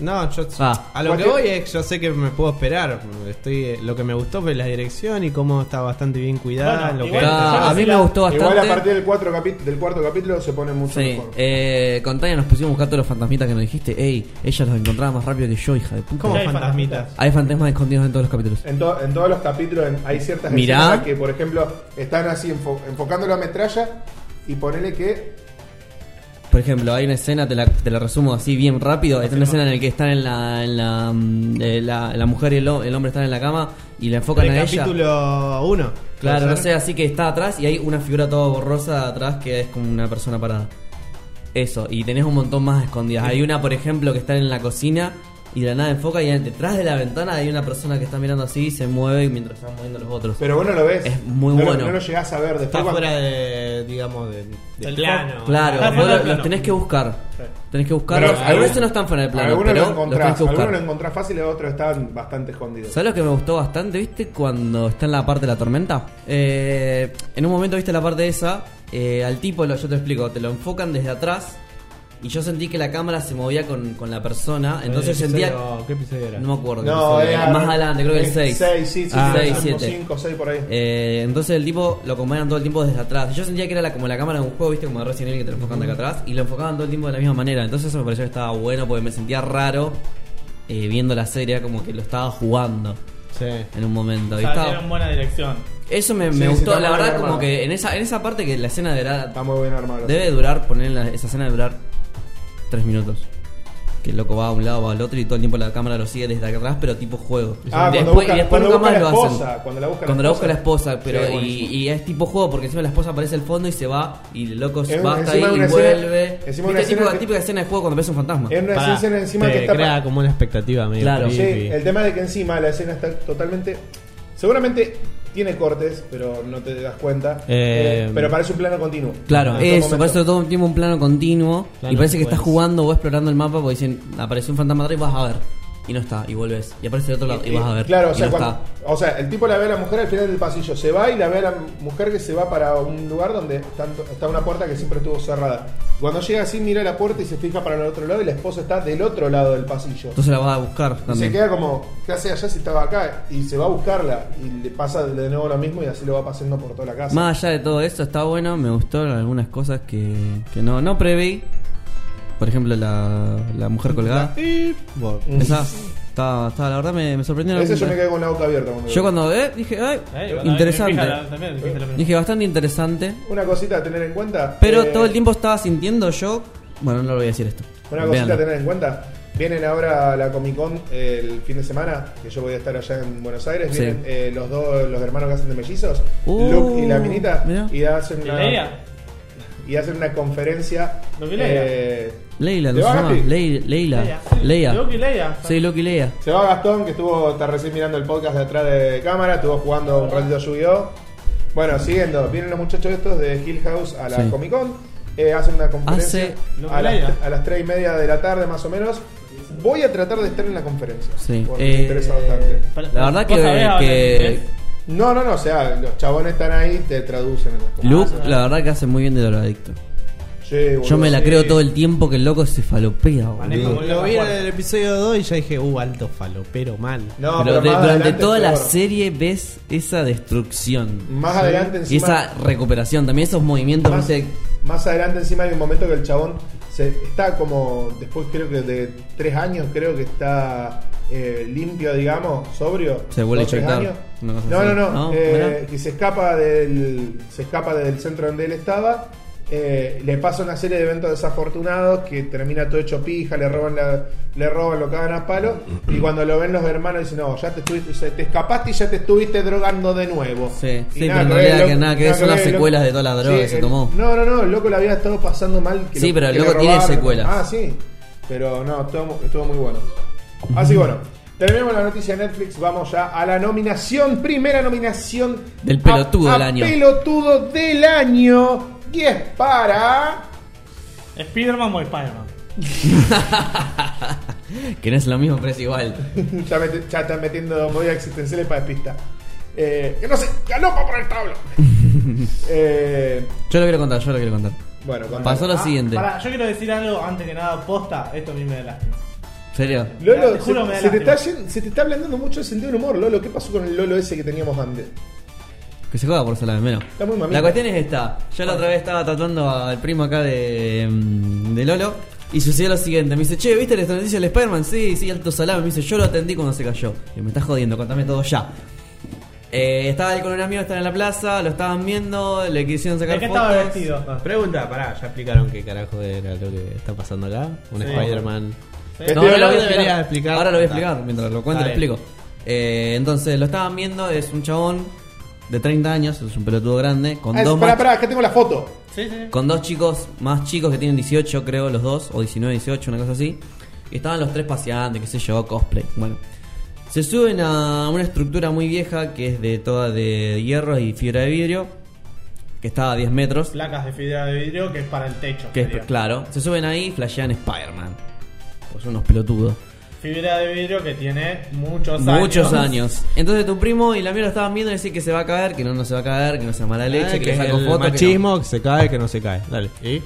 S3: No, yo.
S2: Ah.
S3: A lo que
S1: Cualquier-
S3: voy es, yo sé que me puedo esperar. Estoy, eh, lo que me gustó fue la dirección y cómo está bastante bien cuidada.
S4: Bueno,
S3: lo que-
S4: igual-
S2: Está-
S4: yo
S2: a
S4: no
S2: mí
S4: sé
S2: me
S4: la-
S2: gustó bastante.
S1: Igual a partir del, cuatro capi- del cuarto capítulo se pone mucho
S2: Sí,
S1: mejor.
S2: eh, con Tania nos pusimos a buscar todos los fantasmitas que nos dijiste. Ey, ella los encontraba más rápido que yo, hija de puta.
S3: ¿Cómo
S4: Ya hay
S3: fantasmitas?
S2: Hay fantasmas escondidos en todos los capítulos.
S1: En, to- en todos los capítulos en- hay ciertas
S2: Mirá.
S1: escenas en las que, por ejemplo, están así enfo- enfocando la metralla y ponele que
S2: Por ejemplo, hay una escena, te la, te la resumo así bien rápido. Está una escena en la que están en la, en la, mm, eh, la, la mujer y el, ho- el hombre están en la cama y la enfocan
S3: El
S2: a ella.
S3: capítulo 1.
S2: Claro, no sé, así que está atrás y hay una figura toda borrosa atrás que es como una persona parada. Eso, y tenés un montón más escondidas. Hay una, por ejemplo, que está en la cocina y de la nada enfoca y detrás de la ventana hay una persona que está mirando así y se mueve mientras están moviendo los otros.
S1: Pero bueno, lo ves.
S2: Es muy
S1: No lo-
S2: bueno.
S1: no lo llegás a ver después.
S3: Está
S1: cuando-
S3: fuera de, digamos, de, de
S4: Del
S3: plano.
S2: Claro,
S4: Ah,
S2: vos
S4: fuera de
S2: lo-
S4: plano.
S2: los tenés que buscar.
S4: Sí.
S2: Tenés que buscarlos.
S1: Pero
S2: Algunos
S1: algún-
S2: no están fuera de plano,
S1: algunos
S2: pero
S1: lo
S2: los tenés
S1: encontrás,
S2: que
S1: algunos lo
S2: buscar.
S1: encontrás fácil y otros están bastante escondidos.
S2: ¿Sabes lo que me gustó bastante, viste? Cuando está en la parte de la tormenta. Eh, en un momento, viste la parte esa. eh, al tipo, lo- yo te explico, te lo enfocan desde atrás. Y yo sentí que la cámara se movía con, con la persona. Entonces
S4: Eh,
S3: El
S2: sentía.
S3: episodio- ¿Qué episodio era?
S2: No me acuerdo. qué
S1: No,
S2: episodio era.
S1: era-
S2: Más adelante, creo que el 6.
S1: Seis, sí, sí,
S2: Ah,
S1: sí,
S2: seis,
S1: como
S2: siete.
S1: cinco, seis por ahí.
S2: Eh, entonces el tipo lo acompañan todo el tiempo desde atrás. Yo sentía que era la- como la cámara de un juego, viste, como de Resident Evil que te lo enfocan de acá atrás. Y lo enfocaban todo el tiempo de la misma manera. Entonces eso me pareció que estaba bueno porque me sentía raro eh, viendo la serie, era como que lo estaba jugando
S3: Sí.
S2: en un momento.
S4: O
S2: Y
S4: sea,
S2: estaba-
S4: tiene una buena dirección. Eh,
S2: Eso me,
S1: Sí,
S2: me
S1: sí,
S2: gustó.
S1: está
S2: la
S1: muy
S2: verdad,
S1: bien
S2: como
S1: armado.
S2: que en esa, en esa parte que la escena deberá,
S1: Está muy bien armado.
S2: debe durar, poner la- esa escena durar 3 minutos. Que el loco va a un lado, va al otro y todo el tiempo la cámara lo sigue desde acá atrás, pero tipo juego.
S1: Ah, cuando busca- cuando busca la esposa, cuando la busca la
S2: Cuando la busca la
S1: esposa.
S2: esposa, pero
S1: Sí,
S2: y,
S1: buenísimo.
S2: y es tipo juego, porque encima la esposa aparece al fondo y se va, y el loco
S1: Es un-
S2: va hasta ahí
S1: encima
S2: y
S1: una escena-
S2: vuelve.
S1: encima una
S2: Viste,
S1: escena
S2: típica,
S1: que-
S2: típica escena de juego cuando ves un fantasma.
S1: Es una
S3: Pará,
S1: escena encima
S3: te
S1: que está.
S3: crea como una expectativa medio
S2: Claro.
S1: Sí,
S3: creepy.
S1: el tema de que encima la escena está totalmente. Seguramente tiene cortes, pero no te das cuenta.
S3: Eh,
S1: Eh, pero parece un plano continuo.
S2: Claro,
S1: En todo
S2: eso, por
S1: momento.
S2: eso todo el tiempo un plano continuo.
S3: Plano
S2: y parece que
S3: secuencia.
S2: estás jugando o explorando el mapa porque dicen, apareció un fantasma atrás y vas a ver. Y no está, y vuelves. Y aparece de otro lado y, vas a ver.
S1: Claro, o
S2: y
S1: sea,
S2: no
S1: cuando-
S2: está.
S1: o sea, el tipo la ve a la mujer al final del pasillo, se va y la ve a la mujer que se va para un lugar donde están- está una puerta que siempre estuvo cerrada. Cuando llega así, mira la puerta y se fija para el otro lado y la esposa está del otro lado del pasillo.
S2: Entonces la vas a buscar
S1: Y se
S2: también.
S1: queda como, ¿qué hace allá si estaba acá? Y se va a buscarla y le pasa de nuevo lo mismo y así lo va pasando por toda la casa.
S2: Más allá de todo eso, está bueno, me gustaron algunas cosas que, que no, no preví. Por ejemplo, la, la mujer colgada.
S3: Y, bueno,
S1: Mm.
S2: Esa, está, está, la verdad me, me sorprendió.
S1: Ese yo me quedé con la boca abierta. cuando lo
S2: Yo
S1: vi.
S2: cuando eh, dije, ay,
S4: Eh, cuando
S2: interesante.
S4: vi Pija también dijiste lo mismo.
S2: Dije, bastante interesante.
S1: Una cosita a tener en cuenta.
S2: Pero
S1: eh,
S2: todo el tiempo estaba sintiendo yo. Bueno, no lo voy a decir esto.
S1: Una cosita
S2: Véanlo.
S1: a tener en cuenta. Vienen ahora a la Comic Con el fin de semana, que yo voy a estar allá en Buenos Aires.
S2: Sí.
S1: Vienen eh, los dos, los hermanos que hacen de mellizos,
S2: Uh,
S1: Luke y la minita,
S2: mirá.
S1: y hacen,
S4: ¿Y
S1: una,
S4: Leia?
S1: y hacen una conferencia.
S4: Luke y Leia.
S1: eh,
S2: Leila,
S1: ¿Te
S2: ¿no se
S1: va,
S2: llama?
S1: Gaspi?
S2: Lei- Leila.
S4: Sí,
S2: Leia.
S4: Loki y Leia.
S2: Sí, Loki Leia.
S1: se va Gastón, que estuvo hasta recién mirando el podcast de atrás de cámara, estuvo jugando un ratito Yu-Gi-Oh! Bueno, siguiendo, vienen los muchachos estos de Hill House a la
S2: Sí.
S1: Comic Con, eh, hacen una conferencia
S2: Hace-
S1: a,
S4: Luke y Leia.
S1: las, a las 3 y media de la tarde más o menos. Voy a tratar de estar en la conferencia.
S2: Sí.
S1: porque
S2: Eh,
S1: me interesa bastante.
S2: La verdad que,
S4: Vos sabés hablar
S2: que
S4: inglés.
S1: No, no, no, o sea, los chabones están ahí, te traducen en las cosas.
S2: Luke, la verdad que hace muy bien de drogadicto.
S1: Sí, boludo.
S2: Yo me la
S4: sí.
S2: creo todo el tiempo que el loco se falopea,
S4: Manejo
S2: boludo.
S4: muy bien
S3: Lo
S4: la
S3: vi en
S4: puerta.
S3: el episodio 2 y ya dije, uh, alto falopero mal.
S1: No,
S2: Pero
S1: pero,
S2: de-
S1: más
S2: durante
S1: adelante
S2: toda la
S1: peor.
S2: serie ves esa destrucción.
S1: Más adelante
S2: Y
S1: encima.
S2: esa recuperación, también esos movimientos.
S1: más,
S2: viste,
S1: más adelante encima hay un momento que el chabón se está como después creo que de tres años creo que está eh, limpio digamos sobrio
S2: Se vuelve
S1: dos, tres
S2: inyectar,
S1: años.
S2: una cosa
S1: no,
S2: así.
S1: no no
S2: No,
S1: eh,
S2: mirá.
S1: y se escapa del se escapa del centro donde él estaba
S6: eh, le pasa una serie de eventos desafortunados que termina todo hecho pija, le roban, la- le roban lo cagan a palo. Y cuando lo ven los hermanos dicen, no, ya te estuviste, se- te escapaste y ya te estuviste drogando de nuevo.
S2: Sí, sí,
S6: Y
S2: pero en realidad que nada que ver, son las
S6: el loco-
S2: secuelas de todas las drogas que se
S6: el-
S2: tomó.
S6: No, no, no, el loco la había estado pasando mal. que
S2: Sí,
S6: lo-
S2: pero el
S6: que le
S2: loco tiene
S6: robaron.
S2: secuelas.
S6: Ah, sí. Pero no, estuvo, mu- estuvo muy bueno. Así que bueno, terminamos la noticia de Netflix. Vamos ya a la nominación, primera nominación
S2: Del pelotudo
S6: a- a
S2: del año.
S6: Pelotudo del año. Y es para.
S4: ¿Spiderman o Spiderman?
S2: Que no es lo mismo, pero es igual.
S6: ya, mete- ya están metiendo movidas existenciales para despistar. Eh, que no sé, ganó para poner el tablo. Eh,
S2: Yo lo quiero contar, yo lo quiero contar.
S6: bueno, cuando-
S2: Pasó lo siguiente.
S4: Pará, yo quiero decir algo antes que nada, posta, esto a mí me da lástima.
S2: ¿En serio?
S6: Lolo,
S4: Te juro, me da
S6: se, se te
S4: lástima.
S6: está, yendo- se te está ablandando mucho el sentido del humor, Lolo. ¿Qué pasó con el Lolo ese que teníamos antes?
S2: Que se joda por salame, menos.
S6: Está muy mamita.
S2: La cuestión es esta. Yo la otra vez estaba tratando al primo acá de, mm, de Lolo. Y sucedió lo siguiente. Me dice, che, ¿viste la noticia del Spider-Man? Sí, sí, alto salame. Me dice, yo lo atendí cuando se cayó. Y me estás jodiendo, contame todo ya. Eh, estaba él con un amigo, estaba en la plaza, lo estaban viendo, le quisieron sacar
S4: ¿De qué
S2: fotos. Ah.
S4: estaba vestido?
S3: Pregunta, pará, ya explicaron qué carajo era lo que está pasando acá. Un
S4: Sí.
S3: Spider-Man.
S4: Sí.
S2: No,
S3: Este
S2: ahora lo voy a
S3: debería
S2: explicar.
S3: explicar.
S2: Ahora lo voy a
S3: Ah.
S2: explicar, mientras lo cuento lo
S3: Está bien.
S2: explico. Eh, entonces, lo estaban viendo, es un chabón de 30 años, es un pelotudo grande, con
S6: Ah, es-
S2: dos
S6: pará,
S2: mach-
S6: pará, acá tengo la foto.
S4: Sí, sí.
S2: con dos chicos más chicos que tienen 18, creo, los dos, o 19, 18, una cosa así. Y estaban los tres paseando, qué sé yo, cosplay. Bueno, se suben a una estructura muy vieja que es de toda de hierro y fibra de vidrio, que está a 10 metros.
S4: Placas de fibra de vidrio que es para el techo.
S2: Que es,
S4: sería.
S2: claro, se suben ahí y flashean Spider-Man. Pues son unos pelotudos.
S4: Fibra de vidrio que tiene muchos años.
S2: Muchos años. Entonces tu primo y la mía lo estaban viendo y decían que se va a caer, que no, no se va a caer, que no se mala leche,
S3: Ah,
S2: que, le saco
S3: el
S2: fotos. que no.
S3: machismo, que, se cae, que no se cae. Dale. ¿Y?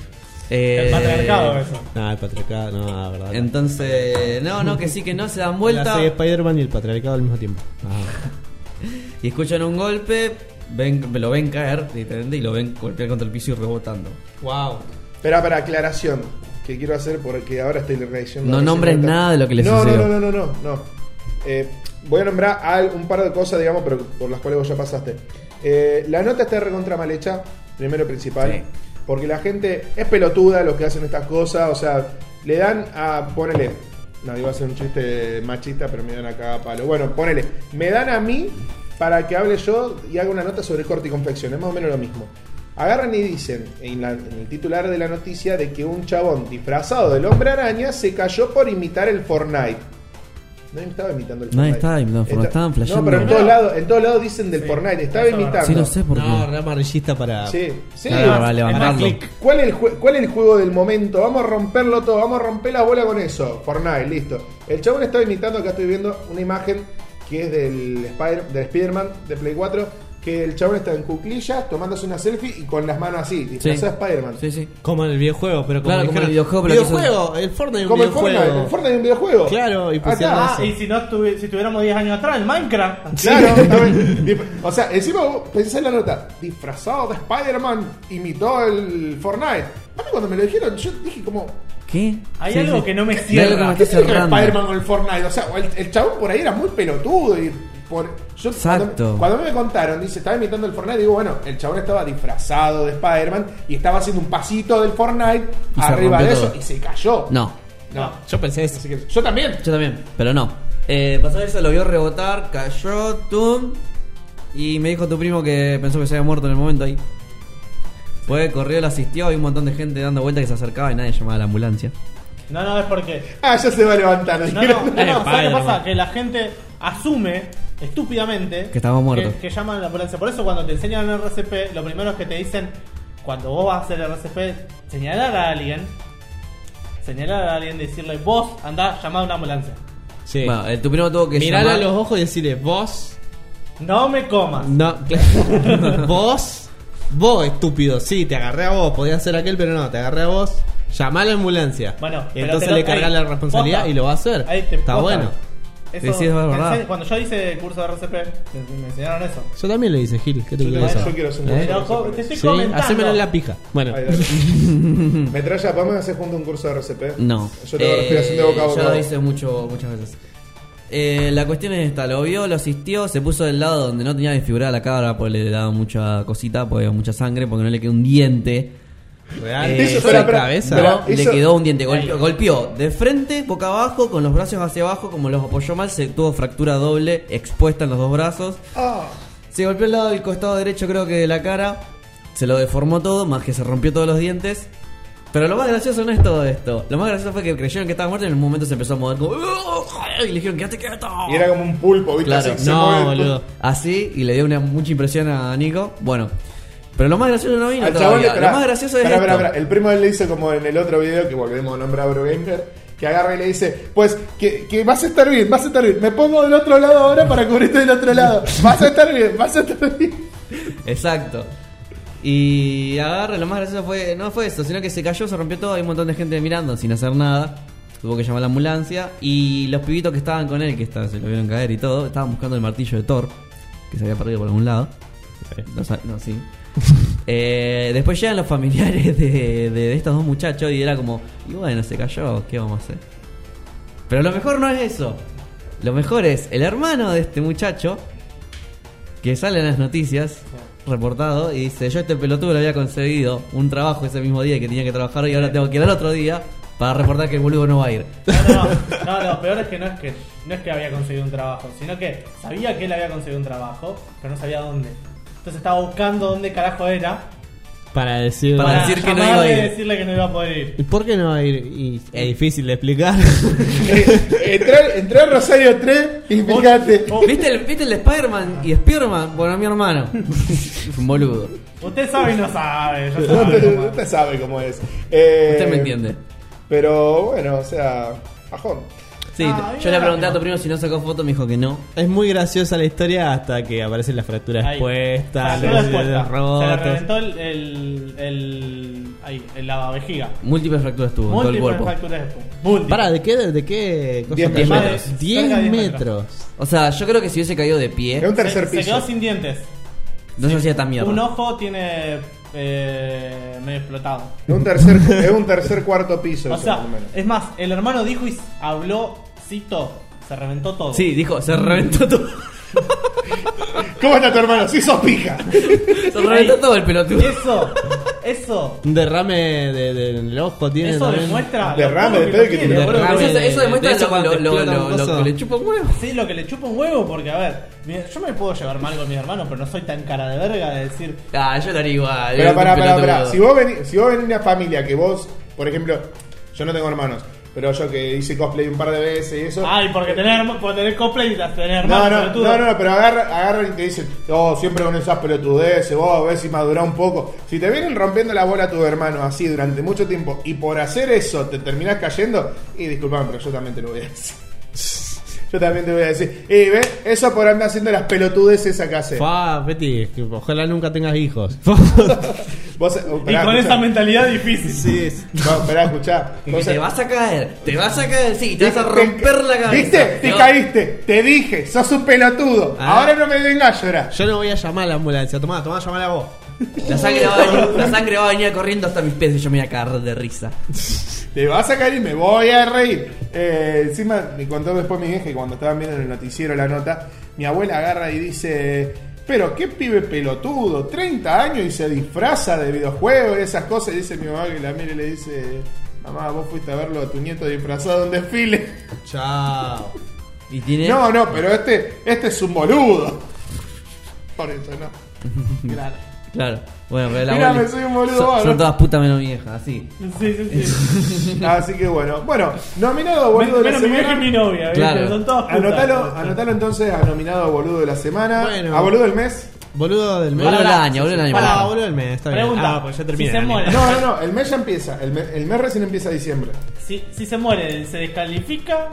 S2: Eh,
S4: El patriarcado, eso.
S3: Nada, el patriarcado, no, la verdad.
S2: Entonces, no, no, que sí, que no, se dan
S3: La
S2: vuelta.
S3: serie Spider-Man y el patriarcado al mismo tiempo. Ah. Ajá.
S2: y escuchan un golpe, ven, lo ven caer, literalmente, y lo ven golpear contra el piso y rebotando.
S3: Wow.
S6: Espera, para aclaración que quiero hacer porque ahora estoy leyendo.
S2: No nombres
S6: recién
S2: nada de lo que les
S6: no,
S2: sucedió.
S6: No, no, no, no, no. no. Eh, voy a nombrar al- un par de cosas, digamos, pero por las cuales vos ya pasaste. Eh, la nota está recontra mal hecha, primero y principal.
S2: Sí.
S6: Porque la gente es pelotuda los que hacen estas cosas, o sea, le dan a. Ponele. No, iba a hacer un chiste machista, pero me dan acá a palo. Bueno, ponele. Me dan a mí para que hable yo y haga una nota sobre corte y confección. Es más o menos lo mismo. Agarran y dicen en, la- en el titular de la noticia de que un chabón disfrazado del hombre araña se cayó por imitar el Fortnite. No estaba imitando el
S2: Nadie
S6: Fortnite.
S2: estaba imitando el Fortnite,
S6: Está-
S2: estaban flasheando.
S6: No, pero en todos lados, en todos lados dicen del
S4: Sí,
S6: Fortnite.
S4: eso
S6: Estaba
S4: es verdad.
S6: imitando.
S2: Sí, lo sé por qué.
S3: No, re amarillista para.
S6: Sí, sí.
S2: Claro,
S4: para
S2: para levantarlo.
S4: click.
S6: ¿Cuál es, el jue- ¿Cuál es el juego del momento? Vamos a romperlo todo, vamos a romper la bola con eso. Fortnite, listo. El chabón estaba imitando, acá estoy viendo una imagen que es del Spider- del Spider-Man de Play 4, que el chabón está en cuclillas tomándose una selfie y con las manos así, disfrazado de Spider-Man.
S2: Sí, sí.
S3: Como en el videojuego, pero como,
S2: Claro, como
S3: dijeron-
S2: el videojuego, pero
S3: videojuego, el Fortnite es un
S6: Como el
S3: videojuego.
S6: Fortnite, el Fortnite es un videojuego.
S3: Claro, y
S6: Acá,
S3: pusieron
S4: Ah,
S3: eso.
S4: y si no estuvi- si tuviéramos 10 años atrás, el Minecraft.
S6: Claro, también. Dif- o sea, encima vos pensás en la nota, disfrazado de Spider-Man, imitó el Fortnite. A mí cuando me lo dijeron, yo dije como,
S2: ¿Qué?
S4: Hay
S2: Sí,
S4: algo
S2: sí.
S4: que no me
S2: Hay algo que
S4: cierra.
S2: me
S6: ¿Qué
S2: está
S6: tiene que ver
S2: cerrando.
S6: Spider-Man con el Fortnite? O sea, el, el chabón por ahí era muy pelotudo y por. Yo,
S2: Exacto.
S6: Cuando, cuando me contaron, dice, estaba imitando el Fortnite, digo, bueno, el chabón estaba disfrazado de Spider-Man y estaba haciendo un pasito del Fortnite
S2: Y se
S6: arriba
S2: rompió
S6: de eso
S2: todo.
S6: y se cayó.
S2: No,
S6: No.
S3: Yo pensé eso.
S6: Así que yo también.
S2: yo también, pero no. Eh, pasó eso, lo vio rebotar, cayó, tum. Y me dijo tu primo que pensó que se había muerto en el momento ahí. Fue, corrió, lo asistió, había un montón de gente dando vueltas que se acercaba y nadie llamaba a la ambulancia.
S4: No, no, es porque
S6: Ah, ya se va a levantar.
S4: No, no, no,
S3: Eh,
S4: no, ¿sabes qué
S3: Spider-Man.
S4: pasa? Que la gente asume estúpidamente
S2: Que estábamos muertos.
S4: Que, que llaman a la ambulancia. Por eso cuando te enseñan el RCP, lo primero es que te dicen, cuando vos vas a hacer el RCP, señalar a alguien, señalar a alguien, decirle, vos andá, llamá a una ambulancia.
S3: Sí.
S2: Bueno, el, tu primo tuvo que
S3: Mirarle
S2: llamar-
S3: a los ojos y decirle, vos.
S4: No me comas.
S3: No, claro. vos. Vos, estúpido. Sí, te agarré a vos. Podías ser aquel, pero no, te agarré a vos. Llamá a la ambulancia.
S4: Bueno,
S3: y
S4: pero
S3: entonces
S4: te lo-
S3: le cargas
S4: ahí,
S3: la responsabilidad
S4: posta.
S3: y lo va a hacer.
S4: Ahí te-
S3: Está
S4: posta.
S3: bueno.
S4: Eso-
S2: Sí, sí, es verdad.
S4: ense- Cuando yo hice el curso de RCP, me, me enseñaron eso.
S3: Yo también lo hice, Gil. ¿Qué te
S6: Yo
S3: crees?
S6: también-
S3: eso?
S6: yo quiero hacer un
S3: ¿Eh?
S6: curso.
S4: Pero co- te estoy
S3: Sí,
S4: comentando.
S3: hacémelo en la pija. Bueno,
S6: Ahí, dale. Metralla, ¿podemos hacer juntos un curso de RCP?
S2: No.
S6: Yo tengo
S2: Eh,
S6: respiración de boca a boca.
S2: Yo lo hice mucho, muchas veces. Eh, la cuestión es esta, lo vio, lo asistió, se puso del lado donde no tenía desfigurada la cara, porque le daba mucha cosita, porque había mucha sangre, porque no le quedó un diente.
S3: Real.
S2: Eh,
S6: Eso,
S2: eso
S6: espera,
S2: de
S6: espera.
S3: cabeza.
S6: Espera,
S2: Le
S6: eso-
S2: quedó un diente, golpeó,
S4: Ahí.
S2: golpeó de frente, boca abajo, con los brazos hacia abajo, como los apoyó mal, se tuvo fractura doble, expuesta en los dos brazos.
S6: Ah,
S2: Se golpeó el lado del costado derecho, creo que de la cara. Se lo deformó todo, más que se rompió todos los dientes. Pero lo más gracioso no es todo esto. Lo más gracioso fue que creyeron que estaba muerto y en un momento se empezó a mover como. Y le dijeron, quédate quieto.
S6: y era como un pulpo, ¿viste?
S2: Claro,
S6: Así, se
S3: No,
S6: mueve-
S3: boludo.
S2: Así, y le dio una mucha impresión a Nico. Bueno, pero lo más gracioso no vino
S6: Al chabón le
S2: todavía.
S6: pará,
S2: Lo más gracioso es
S6: pará,
S2: esto.
S6: pará, pará. El primo de él le dice como en el otro video que volvemos a nombrar a Brogamer. Que agarra y le dice, pues que, que vas a estar bien, vas a estar bien. Me pongo del otro lado ahora para cubrirte del otro lado. Vas a estar bien, vas a estar bien.
S2: Exacto. Y agarra, lo más gracioso fue, no fue eso, sino que se cayó, se rompió todo, hay un montón de gente mirando sin hacer nada. Tuvo que llamar a la ambulancia. Y los pibitos que estaban con él, que estaban- se lo vieron caer y todo, estaban buscando el martillo de Thor, que se había perdido por algún lado. No, sa- no, sí. Eh, después llegan los familiares de, de- de estos dos muchachos y era como, y bueno, se cayó, ¿qué vamos a hacer? Pero lo mejor no es eso. Lo mejor es el hermano de este muchacho que sale en las noticias reportado y dice, yo este pelotudo le había conseguido un trabajo ese mismo día que tenía que trabajar y ahora tengo que ir al otro día para reportar que el boludo no va a ir.
S4: No, no, no, no, lo peor es que no es que no es que había conseguido un trabajo, sino que sabía que él había conseguido un trabajo, pero no sabía dónde. Entonces estaba buscando dónde carajo era
S3: Para decir.
S2: Para decir- que no iba a
S4: llamarle y
S2: ir.
S4: decirle que no iba a poder ir.
S3: ¿Y por qué no va a ir? Y es difícil de explicar.
S6: entré, entré a Rosario 3 y fíjate.
S4: Oh,
S2: ¿Viste el, viste el de Spider-Man y Spider-Man? Bueno, mi hermano. Es un boludo.
S4: Usted sabe y no sabe, yo sabe cómo es.
S6: Usted sabe cómo es. Eh,
S2: Usted me entiende.
S6: Pero bueno, o sea, bajón.
S2: Sí,
S4: Ah,
S2: te-
S4: bien,
S2: yo le pregunté a tu
S4: rápido.
S2: primo si no sacó foto, me dijo que no.
S3: es muy graciosa la historia hasta que aparecen las fracturas
S4: Ahí.
S3: expuestas,
S4: Salió
S3: los
S4: después,
S3: dedos
S4: Se le
S3: rotos.
S4: reventó el, el, el, ahí, el lavavejiga.
S2: Múltiples fracturas tuvo en todo el
S4: Múltiples
S2: cuerpo.
S4: facturas de Múltiples.
S3: Pará, ¿de qué? ¿De qué? cosa
S6: Diez
S3: cayó?
S4: metros.
S3: Diez
S4: Cerca de diez
S3: metros.
S2: O sea, yo creo que si hubiese caído de
S6: Es
S2: pie,
S6: un tercer
S4: se, se
S6: piso.
S4: quedó sin dientes.
S2: no se hacía tan mierda.
S4: Un ojo tiene eh, medio explotado.
S6: Es un tercer, es un tercer cuarto piso.
S4: O
S6: eso,
S4: sea,
S6: más o menos.
S4: es más, el hermano dijo y s- habló, cito, se reventó todo.
S2: Sí, dijo, se reventó todo.
S6: ¿Cómo está tu hermano? Sí, sos pija.
S2: Se reventó todo el pelotudo.
S4: Eso, eso,
S3: Un derrame de- de- en el ojo tiene.
S4: eso
S3: también.
S4: demuestra.
S6: Derrame
S4: lo
S6: de
S4: poco
S6: pedo que
S4: tiene,
S6: tiene.
S4: boludo.
S2: Eso,
S3: Derrame.
S2: eso demuestra
S3: De eso
S2: lo,
S3: cuando
S2: lo-
S3: te explota
S2: lo-
S3: un
S2: lo
S3: coso.
S2: que le chupa un huevo.
S4: Sí, lo que le chupa un huevo, porque a ver, mira, yo me puedo llevar mal con mis hermanos, pero no soy tan cara de verga de decir.
S2: Ah, yo lo haría igual.
S6: Pero
S2: es un
S6: pará, pará,
S2: pelotudo.
S6: pará. Si vos, venís, si vos venís de una familia que vos, por ejemplo, yo no tengo hermanos, pero yo que hice cosplay un par de veces y eso.
S4: Ay, porque tener, herma- por tener cosplay y tener
S6: no,
S4: hermanos.
S6: no,
S4: pelotudo".
S6: no, no, no, pero agarra- agarran y te dicen, oh, siempre con esas pelotudeces, vos ves si madurá un poco. Si te vienen rompiendo la bola a tus hermanos así durante mucho tiempo y por hacer eso te terminás cayendo, y disculpame, pero yo también te lo voy a decir. Yo también te voy a decir, y ve, eso por andar haciendo las pelotudeces acá hace.
S3: Fa, Peti, que ojalá nunca tengas hijos.
S6: Vos, oh,
S4: Y
S6: pará,
S4: con
S6: escuchá.
S4: esa mentalidad difícil. Sí,
S6: No, esperá, escuchá.
S2: Que
S6: Vos-
S2: te vas a caer, te vas a caer, sí, te vas a romper la cabeza.
S6: ¿Viste? Te
S2: No.
S6: caíste, te dije, sos un pelotudo.
S3: Ah.
S6: Ahora no me vengas a llorar.
S3: Yo no voy a llamar a la ambulancia. Tomá, tomá, llamala vos.
S2: La sangre, va a venir, la sangre va a venir corriendo hasta mis pies y yo me voy a cagar de risa.
S6: Te vas a caer y me voy a reír. Eh, encima me contó después mi vieja que cuando estaban viendo en el noticiero la nota, mi abuela agarra y dice. Pero qué pibe pelotudo, 30 años y se disfraza de videojuegos y esas cosas. Y dice mi mamá que la mira y le dice: Mamá, vos fuiste a verlo a tu nieto disfrazado en desfile.
S3: Chao.
S2: Y tiene.
S6: No, no, pero este, este es un boludo. Por eso no.
S4: claro.
S2: Claro. Bueno, pero la
S6: Mirá,
S2: abuela-
S6: me soy un boludo,
S2: son,
S6: bueno.
S2: son todas putas menos viejas, así.
S4: Sí, sí, sí.
S6: Así que bueno, bueno, nominado a boludo de la
S4: Menos mi vieja y mi
S6: semana.
S4: novia, ¿viste?
S2: Claro.
S4: Son todos
S6: Anotalo, anotalo entonces a nominado a boludo de la semana,
S3: Bueno.
S6: a boludo del mes.
S3: Boludo del mes.
S2: Boludo del año, boludo del año.
S3: Pará,
S2: pará.
S3: boludo del mes. Está bien.
S4: Pregunta,
S3: Ah, pues ya
S4: si
S3: terminé.
S4: se
S3: el año.
S4: muere,
S6: No, no, no, el mes ya empieza, el, me- el mes recién empieza diciembre.
S4: si, si se muere, ¿se descalifica?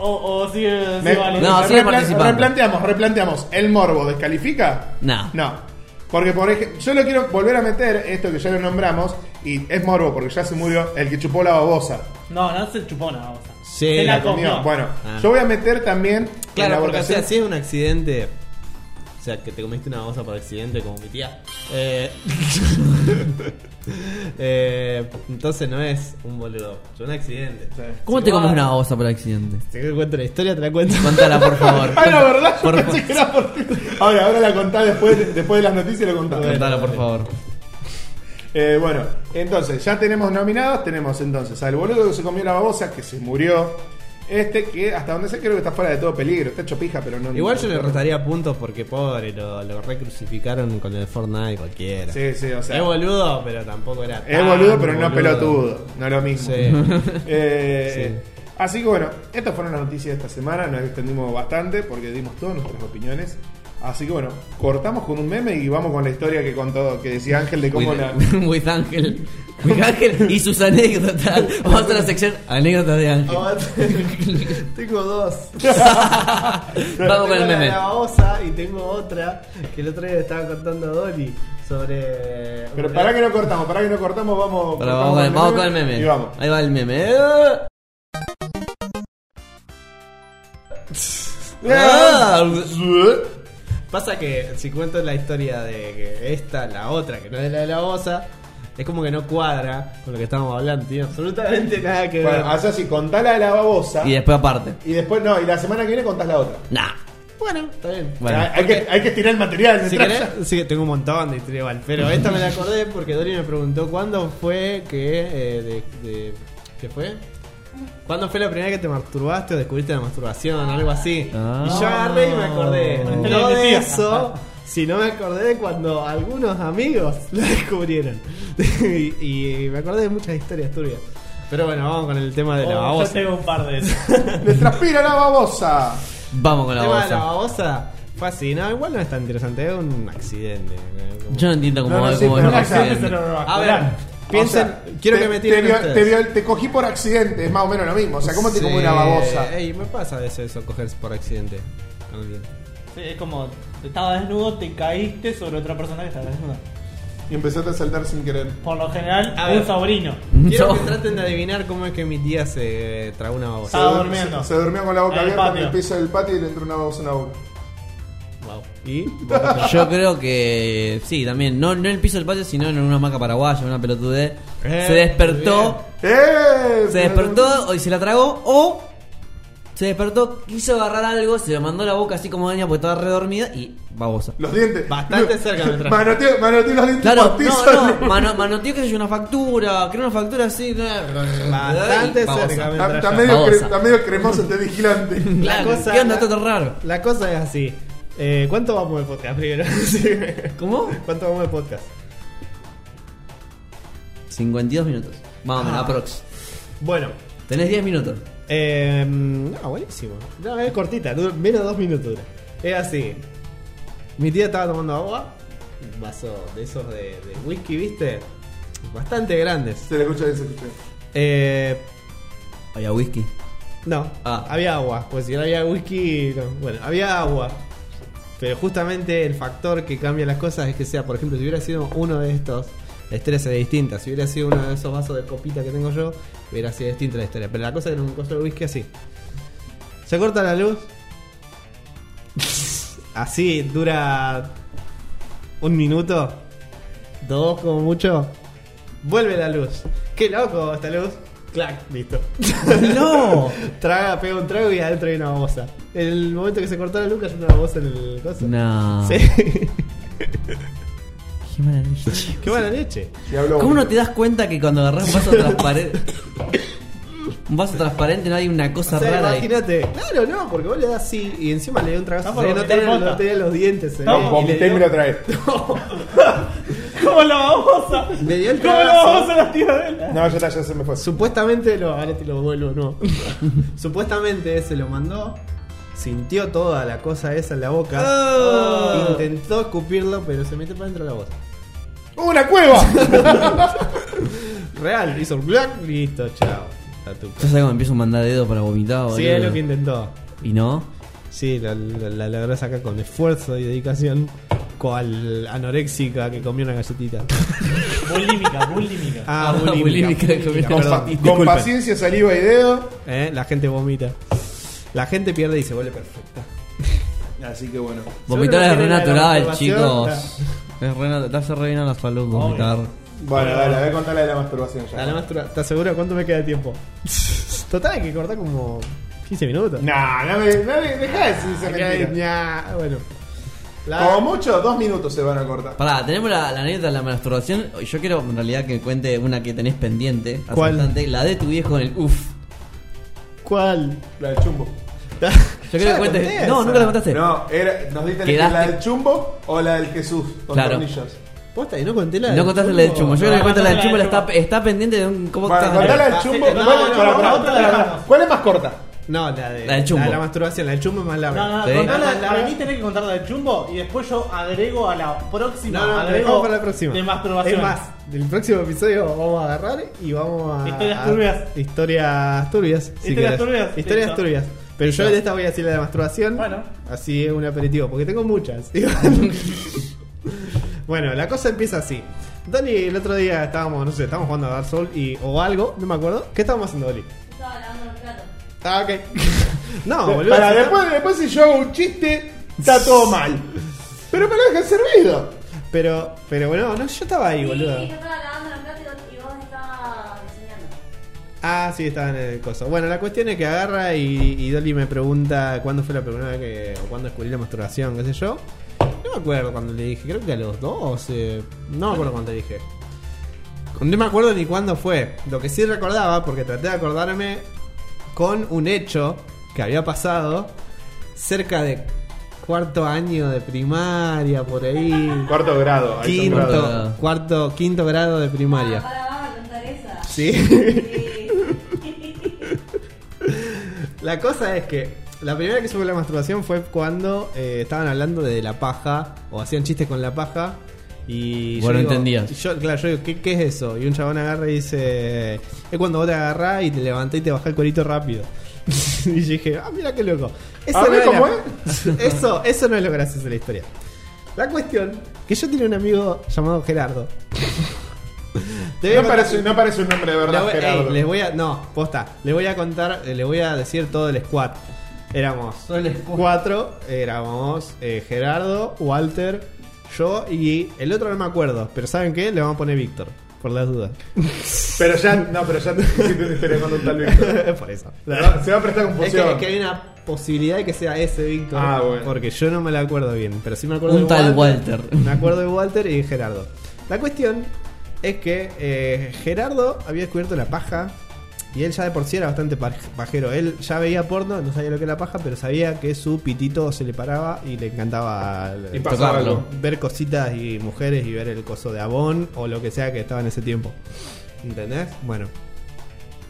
S4: ¿O, o eh, sigue, sigue
S6: Me-
S4: valiendo?
S2: No,
S6: replan-
S2: sigue participando.
S6: Replanteamos, replanteamos. ¿El morbo descalifica?
S2: No.
S6: No. Porque por ejemplo, yo lo quiero volver a meter, esto que ya lo nombramos, y es morbo porque ya se murió el que chupó la babosa.
S4: No, no se chupó nada, o sea.
S3: Sí,
S4: se
S3: la
S4: la comió.
S6: Bueno,
S3: Ah.
S6: yo voy a meter también en la
S3: Claro, porque o
S6: votación.
S3: sea, si es un accidente. O sea, que te comiste una cosa por accidente como mi tía. Eh, eh, entonces no es un boludo, es un accidente.
S2: ¿Cómo
S3: Si
S2: te
S3: vos-
S2: comes una osa por accidente?
S3: Si te cuento la historia, te la cuento.
S2: Contala, por favor.
S6: Ah, la verdad, yo
S2: Por
S6: pensé
S2: fa-
S6: que era por ti. Ahora, ahora la contás después, después de las noticias, la contás.
S2: Contala, por favor.
S6: Eh, bueno, entonces, ya tenemos nominados. Tenemos entonces al boludo que se comió la babosa, que se murió. Este que hasta donde sé creo que está fuera de todo peligro. Está hecho pija, pero no.
S3: Igual yo le restaría puntos porque pobre, lo, lo recrucificaron con el Fortnite cualquiera.
S6: Sí, sí, o sea.
S3: es boludo, pero tampoco era.
S6: Es
S3: tan
S6: boludo, pero no
S3: Ah, boludo.
S6: pelotudo. No lo mismo.
S3: Sí.
S6: Eh, Así que bueno, estas fueron las noticias de esta semana. Nos extendimos bastante porque dimos todas nuestras opiniones. Así que bueno, cortamos con un meme y vamos con la historia que contó, que decía Ángel de cómo
S2: With,
S6: la.
S2: with Ángel. With Ángel y sus anécdotas. Vamos a la sección anécdotas de Ángel.
S3: tengo dos.
S2: Vamos con
S3: tengo
S2: el
S3: la
S2: meme.
S3: de la babosa y tengo otra que el otro día le estaba contando a Dolly sobre.
S6: Pero para que no cortamos, para que no cortamos, vamos.
S2: Pero
S6: cortamos
S2: vamos, con el, vamos con el
S6: Y
S2: meme.
S6: vamos.
S2: Ahí va el meme. Ah.
S3: Pasa que si cuento la historia de que esta, la otra, que no es la de la babosa, es como que no cuadra con lo que estábamos hablando, tiene absolutamente nada que ver.
S6: Bueno, ah. haz así, contá la de la babosa.
S2: Y después aparte.
S6: Y después, no, y la semana que viene contás la otra.
S2: Nah.
S3: Bueno, está bien.
S2: Bueno.
S6: hay, hay que, hay que estirar el material.
S3: Si
S6: entrá
S3: querés,
S6: ya.
S3: sí, tengo un montón de historias igual, pero esta me la acordé porque Dori me preguntó cuándo fue que. eh, de- de- ¿Qué fue? ¿Cuándo fue la primera que te masturbaste o descubriste la masturbación? Algo así.
S2: Ah.
S3: Y yo agarré y me acordé.
S4: Prendé la
S3: No de
S4: energía.
S3: eso, sino me acordé de cuando algunos amigos la descubrieron. y, y me acordé de muchas historias turbias. Pero bueno, vamos con el tema de la
S4: Oh, yo
S3: babosa.
S4: tengo un par de esos.
S6: ¡Le transpira la babosa!
S2: Vamos con
S3: El
S2: la
S3: tema de la
S2: babosa.
S3: babosa fue así, no, igual no es tan interesante, es un accidente. eh, como-
S2: Yo no entiendo cómo,
S6: No, no, sí,
S2: cómo es
S6: pero
S2: un
S6: no,
S2: accidente.
S3: A ver, piensen,
S6: O sea,
S3: quiero
S6: te-
S3: que me tiren
S6: te, viol-
S3: ustedes.
S6: te, viol- te cogí por accidente, es más o menos lo mismo. O sea, ¿cómo te como una babosa?
S3: Ey, me pasa a veces eso, cogerse por accidente. También.
S4: Sí, es como, te estaba desnudo, te caíste sobre otra persona que estaba desnuda.
S6: Y empezaste a saltar sin querer.
S4: Por lo general,
S3: A
S4: un
S3: ver.
S4: sobrino.
S3: Quiero
S2: No.
S3: que traten de adivinar cómo es que mi tía se eh, tragó una babosa.
S4: Estaba
S6: Se-
S4: durmiendo.
S6: Se, se durmió con la boca
S4: En el
S6: abierta en
S4: patio.
S6: el piso del patio y le entró una babosa en la boca.
S3: Wow. ¿Y?
S2: Yo creo que sí, también. No, no en el piso del patio, sino en una maca paraguaya, una pelotudez.
S3: Eh,
S2: se despertó,
S6: ¡Eh!
S2: se despertó o- y se la tragó o se despertó, quiso agarrar algo, se lo mandó a la boca así como daña porque estaba redormida y babosa.
S6: Los dientes.
S3: Bastante cerca me trajo.
S6: Manoteó manoteó los dientes
S2: Claro,
S6: por piso.
S2: no, no, mano, manoteó que es una factura, creo una factura así.
S3: Bastante
S2: y babosa.
S3: cerca.
S6: Está,
S3: Babosa.
S6: está medio cre- está medio cremoso este vigilante.
S2: Claro, ¿qué onda? Todo raro.
S3: La cosa es así. Eh, ¿Cuánto vamos de podcast primero? Sí.
S2: ¿Cómo?
S3: ¿Cuánto vamos de podcast?
S2: 52 minutos. Vamos,
S3: Ah.
S2: aprox.
S3: Bueno.
S2: Tenés 10 minutos.
S3: Eh, no, buenísimo. No, es cortita, dura- menos de dos minutos dura. Es así. Mi tía estaba tomando agua, un vaso de esos de, de whisky, ¿viste? Bastante grandes.
S6: Se le escucha, se le escucha.
S3: Eh,
S2: Había whisky.
S3: no,
S2: Ah.
S3: había agua. Pues si no había whisky, no. bueno, había agua. Pero justamente el factor que cambia las cosas es que sea, por ejemplo, si hubiera sido uno de estos, la historia sería distinta. Si hubiera sido uno de esos vasos de copita que tengo yo, hubiera sido distinta la historia. Pero la cosa es que era un coso de whisky así. Se corta la luz. Así dura un minuto, dos como mucho. Vuelve la luz. Qué loco esta luz. Clac, listo.
S2: ¡No!
S3: Traga, pega un trago y adentro hay una babosa. El momento que se cortó la luz cayó una babosa en el coso.
S2: No.
S3: Sí.
S2: Qué mala leche.
S3: Qué mala leche.
S6: Y habló
S2: ¿Cómo
S6: bonito.
S2: no te das cuenta que cuando agarras un vaso transparente. un vaso transparente no hay una cosa
S3: O sea,
S2: rara ahí?
S3: imagínate. Claro, no, porque vos le das así y encima le dio un tragazo.
S4: Está
S3: se ve,
S4: por
S3: no, tenía,
S4: vomitar
S3: no
S4: posta.
S3: tenía los dientes. se ve,
S6: Vamos,
S3: y le
S6: vomité y
S3: dio-
S6: me lo traes.
S4: ¿Cómo la babosa?
S3: Le dio el
S4: ¿Cómo la
S3: cagazo.
S4: babosa la tía de la?
S6: No, ya está, ya se me fue.
S3: Supuestamente lo. Ahora te lo vuelvo, no. Supuestamente se lo mandó. Sintió toda la cosa esa en la boca.
S2: Ah.
S3: Intentó escupirlo, pero se metió para dentro de la boca.
S6: ¡Una cueva!
S3: Real, hizo un black, listo, chao. Está tu-
S2: Yo sé cómo empiezo a mandar dedos para vomitar, boludo.
S3: Sí, es lo que intentó.
S2: ¿Y no?
S3: Sí, la, la, la logró sacar con esfuerzo y dedicación. Cual anoréxica que comió una galletita.
S4: Bulímica, bulímica.
S3: Ah,
S2: bulímica que comió
S3: Bulímica,
S2: una
S6: Con,
S3: perdón.
S6: pa- con
S3: Disculpen.
S6: paciencia, saliva y dedo.
S3: Eh, La gente vomita. La gente pierde y se vuelve perfecta.
S6: Así que bueno.
S2: Vomitar
S3: Seguro que
S2: es re
S3: tiene la
S2: natural,
S3: masturbación,
S2: chicos. Es re nat- te hace re bien a la salud vomitar.
S6: Bueno, dale, a ver, contale de la masturbación ya.
S3: Dale, maestra, ¿Te aseguro cuánto me queda de tiempo? Total, hay que cortar como 15 minutos.
S6: Nah, no me, no me dejá de decir esa
S3: Acá hay-
S6: mentira.
S3: ña, bueno. La-
S1: Como mucho, dos minutos se van a cortar.
S2: Pará, tenemos la, la anécdota de la masturbación. Yo quiero en realidad que cuente una que tenés pendiente. hace
S4: ¿Cuál?
S2: bastante, la de tu viejo en el uff.
S4: ¿Cuál?
S1: La del chumbo.
S2: Yo quiero que cuentes. No,
S3: esa.
S2: nunca la contaste.
S1: No, era, nos diste elegir
S2: Quedaste-
S1: la del chumbo o la del Jesús con
S2: Claro.
S1: tornillos.
S3: Posta, y no conté la
S2: No contaste la del chumbo. Yo creo que
S4: No,
S2: cuento la del
S4: no,
S2: chumbo.
S4: no,
S2: la Está,
S4: no.
S2: está pendiente de un. ¿Cómo
S1: Bueno,
S2: está-
S1: contá la del
S3: Ah,
S1: chumbo.
S3: sí, no,
S1: ¿Cuál,
S4: no,
S1: pará,
S4: no,
S1: pará,
S4: otra
S1: pará,
S4: dejamos.
S1: pará. ¿Cuál es más corta?
S3: No, la de,
S2: La del chumbo.
S3: La de la masturbación, la del chumbo es más larga. Ah,
S4: No, no, no,
S2: Sí.
S4: contala,
S3: No, no,
S4: para
S3: no.
S4: mí tenés que contar la del chumbo y después yo agrego a la próxima.
S3: No, no,
S4: agrego
S3: dejamos para la próxima.
S4: De masturbación.
S3: Es más, del próximo episodio vamos a agarrar y vamos a.
S4: Historias
S3: a-
S4: turbias.
S3: Historias turbias. si
S4: Historias
S3: querés.
S4: turbias,
S3: Historias
S4: listo.
S3: turbias. Pero yo de esta voy a decir la de masturbación.
S4: Bueno.
S3: Así es un aperitivo, porque tengo muchas. Igual. bueno, la cosa empieza así. Dani, el otro día estábamos, no sé, estábamos jugando a Dark Souls y, o algo, no me acuerdo. ¿Qué estábamos haciendo, Oli?
S5: Estaba lavando los platos.
S3: Ah, ok. no, boludo.
S1: Para
S3: si
S1: después, después si yo hago un chiste, está todo mal. Pero me lo dejan servido.
S3: está- Pero, pero bueno, no, yo estaba ahí, boludo.
S5: Sí, yo estaba lavando los platos y vos estabas enseñando.
S3: Ah, sí, estaba en el coso. Bueno, la cuestión es que agarra y, y Dolly me pregunta cuándo fue la primera vez que. o cuándo descubrí la masturbación, qué sé yo. No me acuerdo cuando le dije, creo que a los 12. No me acuerdo cuándo le dije. No me acuerdo ni cuándo fue. Lo que sí recordaba, porque traté de acordarme con un hecho que había pasado cerca de cuarto año de primaria, por ahí.
S1: Cuarto grado. ahí son grados.
S3: Quinto, cuarto, quinto grado de
S5: Ah,
S3: primaria.
S5: Para, vamos a contar esa.
S3: Sí.
S5: Sí.
S3: La cosa es que la primera vez que supe la masturbación fue cuando eh, estaban hablando de la paja o hacían chistes con la paja. Y
S2: Vos
S3: yo
S2: no
S3: digo-
S2: entendías.
S3: y Yo, claro, yo digo, ¿qué, qué es eso? Y un chabón agarra y dice: Es cuando vos te agarrás y te levantás y te bajás el cuerito rápido. y yo dije: Ah, mira qué loco.
S1: A ver
S3: era
S1: cómo
S3: la- eso, eso no es lo gracioso de la historia. La cuestión: que yo tenía un amigo llamado Gerardo. Te voy a
S1: No
S3: contar-
S1: parece, no parece un nombre de
S3: le
S1: verdad,
S3: voy-
S1: Gerardo.
S3: ey, les voy a. No, posta. Les voy a contar, eh, les voy a decir todo el squad. Éramos cuatro. Éramos eh, Gerardo, Walter, yo y el otro no me acuerdo. Pero ¿saben qué? Le vamos a poner Víctor, por las dudas.
S1: Pero ya, no, pero ya te hiciste una historia con un tal Víctor.
S3: por eso.
S1: La verdad, Se va a prestar
S3: Es que,
S1: confusión.
S3: es que hay una posibilidad de que sea ese Víctor.
S1: Ah, bueno.
S3: Porque yo no me la acuerdo bien. Pero sí me acuerdo
S2: Un
S3: de
S2: tal
S3: Walter.
S2: Walter.
S3: Me acuerdo de Walter y de Gerardo. La cuestión es que eh, Gerardo había descubierto la paja. Y él ya de por sí era bastante paj- pajero. Él ya veía porno, no sabía lo que era la paja, pero sabía que su pitito se le paraba y le encantaba el-
S1: Y pasaba
S2: Tocarlo.
S1: algo.
S3: ver cositas y mujeres y ver el coso de Avon o lo que sea que estaba en ese tiempo. ¿Entendés? Bueno.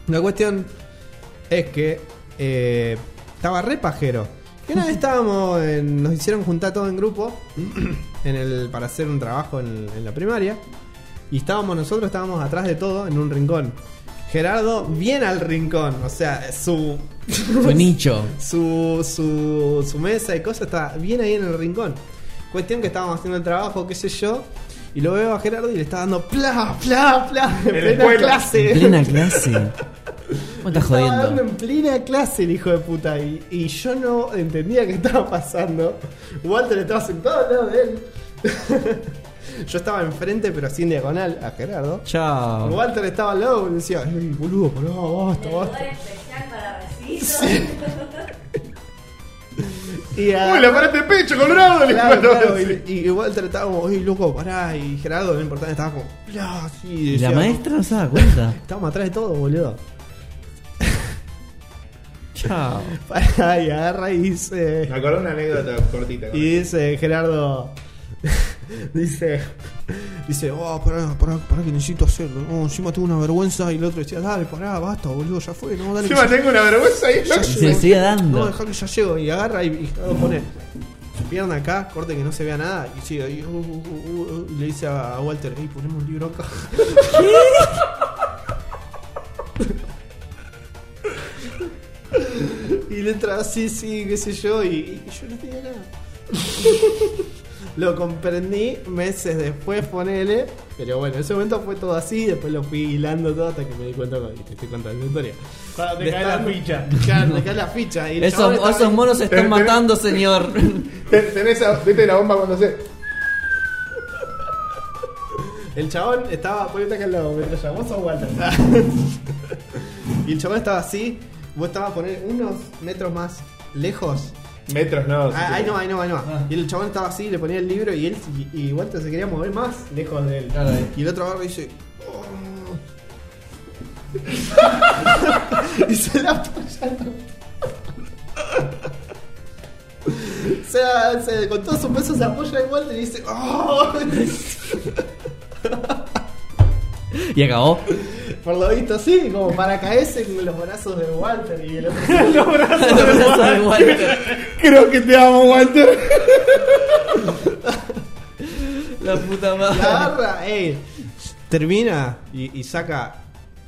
S3: La cuestión es que eh, estaba re pajero. Y una vez estábamos, en- nos hicieron juntar todo en grupo en el, para hacer un trabajo en, en la primaria. Y estábamos nosotros, estábamos atrás de todo en un rincón. Gerardo, bien al rincón, o sea, su,
S2: Su nicho.
S3: su, su, su mesa y cosas está bien ahí en el rincón. Cuestión que estábamos haciendo el trabajo, qué sé yo, y lo veo a Gerardo y le está dando pla, pla, pla, en
S1: En
S3: plena
S1: escuela.
S3: clase.
S2: En plena clase. ¿Cómo estás
S3: Estaba dando
S2: jodiendo?
S3: en plena clase el hijo de puta y, y yo no entendía qué estaba pasando. Walter estaba sentado al lado de él. yo estaba enfrente, pero sin diagonal, a Gerardo.
S2: Chao.
S3: Walter estaba al lado y decía, "Ey, boludo, pará, basta, basta.
S5: El lugar especial para recibirlo.
S3: Y a-
S1: Uy, la pared de pecho, colorado. le
S3: Claro,
S1: mandó
S3: claro,
S1: así.
S3: y, y igual tratábamos, oye, loco, pará, y Gerardo, no importaba, estaba como, "Bla", así,
S2: Y la
S3: decía,
S2: maestra no se da cuenta.
S3: Estábamos atrás de todo, boludo.
S2: Chao.
S3: Pará, y agarra y dice,
S1: Me acordé de una anécdota cortita. con
S3: y
S1: esto.
S3: dice Gerardo, dice, dice, oh, pará, pará, pará, que necesito hacerlo, oh, encima tengo una vergüenza, y el otro decía, dale, pará, basta, boludo, ya fue, no, dale. que
S1: Encima
S3: ya-
S1: tengo una vergüenza ahí.
S3: ya
S1: ¿no?
S2: se
S3: llego".
S2: le sigue
S3: No,
S2: dando.
S3: dejá que ya llego, y agarra y, y Gerardo pone su pierna acá, corte que no se vea nada, y sigue, y, uh, uh, uh, uh, y le dice a a Walter, hey, ponemos un libro acá. Y le entra así, sí, qué sé yo, y, y yo no tenía nada. lo comprendí meses después, ponele. Pero bueno, en ese momento fue todo así, después lo fui hilando todo hasta que me di cuenta que te estoy contando la historia.
S4: Cuando te
S3: De
S4: cae la
S3: estar-
S4: ficha.
S3: Claro, te cae la ficha. Y el
S2: Esos,
S3: chabón estaba
S2: esos
S3: ahí.
S2: monos se están
S1: Ten- ten-
S2: matando, señor.
S1: Ten- Tenés a- viste la bomba cuando hace.
S3: El chabón estaba, ponete acá al lado, mientras llamó a Walter. y el chabón estaba así, vos estabas poner unos metros más lejos.
S6: Metros no. si
S3: Ah, ahí
S6: querés.
S3: no, ahí no, ahí no. Y el chabón estaba así, le ponía el libro y él y, y Walter se quería mover más lejos de él. Y el otro agarra y dice. "Oh". y se la apoya. se, la- se- con todo su peso se apoya en Walter y dice. "Oh".
S2: Y acabó.
S3: Por lo visto, sí, como para caerse en los brazos de Walter y el otro.
S2: Los brazos de Walter.
S6: Creo que te amo, Walter.
S2: La puta
S3: La
S2: madre.
S3: agarra, eh. Termina y, y saca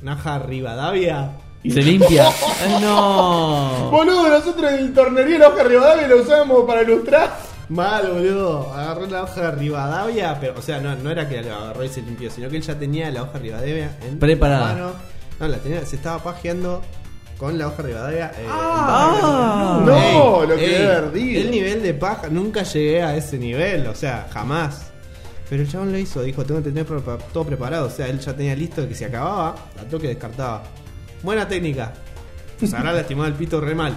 S3: Naja Rivadavia.
S2: Se limpia. Ay, No.
S6: Boludo, nosotros en el tornerío la hoja Rivadavia la usábamos para ilustrar.
S3: Mal, boludo. Agarró la hoja de Rivadavia, pero, o sea, no, no era que la agarró y se limpió, sino que él ya tenía la hoja de Rivadavia en
S2: Preparada.
S3: la mano. No, la tenía, se estaba pajeando con la hoja de Rivadavia. eh,
S2: Ah,
S3: en-
S6: no, no, lo que era ardido.
S3: El nivel de paja, nunca llegué a ese nivel, o sea, jamás. Pero el chabón lo hizo, dijo, tengo que tener prepa- todo preparado, o sea, él ya tenía listo que si acababa, la toque descartaba. Buena técnica. Se habrá lastimado el pito re mal.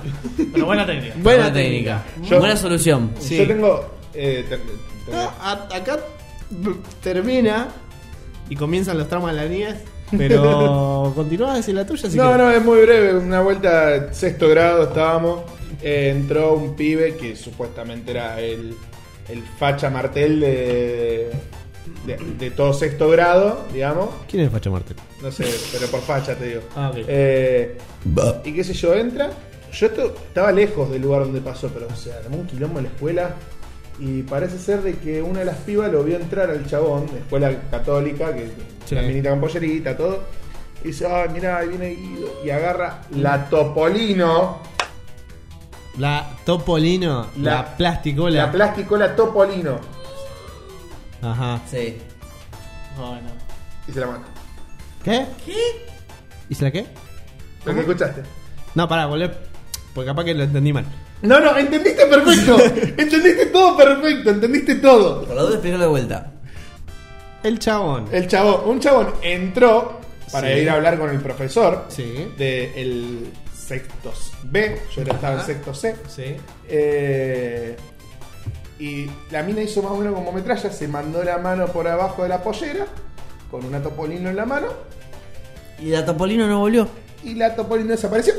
S4: Pero buena técnica.
S2: Buena técnica.
S6: Yo-
S2: Buena solución.
S3: Sí.
S6: Yo tengo. eh, ter-
S3: Ah,
S6: tengo-
S3: a- acá b- termina y comienzan los tramas de la niñez. Pero continúa a decir la tuya. Si
S6: No,
S3: querés.
S6: no, es muy breve. Una vuelta sexto grado estábamos. eh, entró un pibe que supuestamente era el, el facha martel de, de, de todo sexto grado, digamos.
S3: ¿Quién es Facha Martel?
S6: No sé, pero por facha te digo.
S3: Ah, ok.
S6: Eh, y qué sé yo, entra. Yo esto- estaba lejos del lugar donde pasó, pero o sea, armó un quilombo en la escuela. Y parece ser de que una de las pibas lo vio entrar al chabón, de escuela católica, que
S3: Sí.
S6: la minita con pollerita, todo. Y dice, ah, mirá, ahí viene Guido. Y agarra la Topolino,
S3: La Topolino, la,
S6: La-
S3: Plasticola.
S6: la plasticola Topolino.
S3: Ajá.
S2: Sí.
S4: Bueno.
S6: Y se la mata.
S3: ¿Qué? ¿Qué? ¿Y se la qué?
S6: ¿Lo que escuchaste?
S3: No, pará, volver. Porque capaz que lo entendí mal.
S6: No, no, entendiste perfecto. entendiste todo perfecto, entendiste todo.
S2: Por la duda, explícalo de vuelta.
S3: El chabón.
S6: El chabón, un chabón entró para
S3: Sí.
S6: ir a hablar con el profesor
S3: Sí.
S6: del sexto B, yo era estaba en
S3: Ajá.
S6: sexto C.
S3: Sí.
S6: eh, y la mina hizo más o menos como metralla, se mandó la mano por abajo de la pollera, con una topolino en la mano,
S2: Y la Topolino no volvió.
S6: y la topolino desapareció.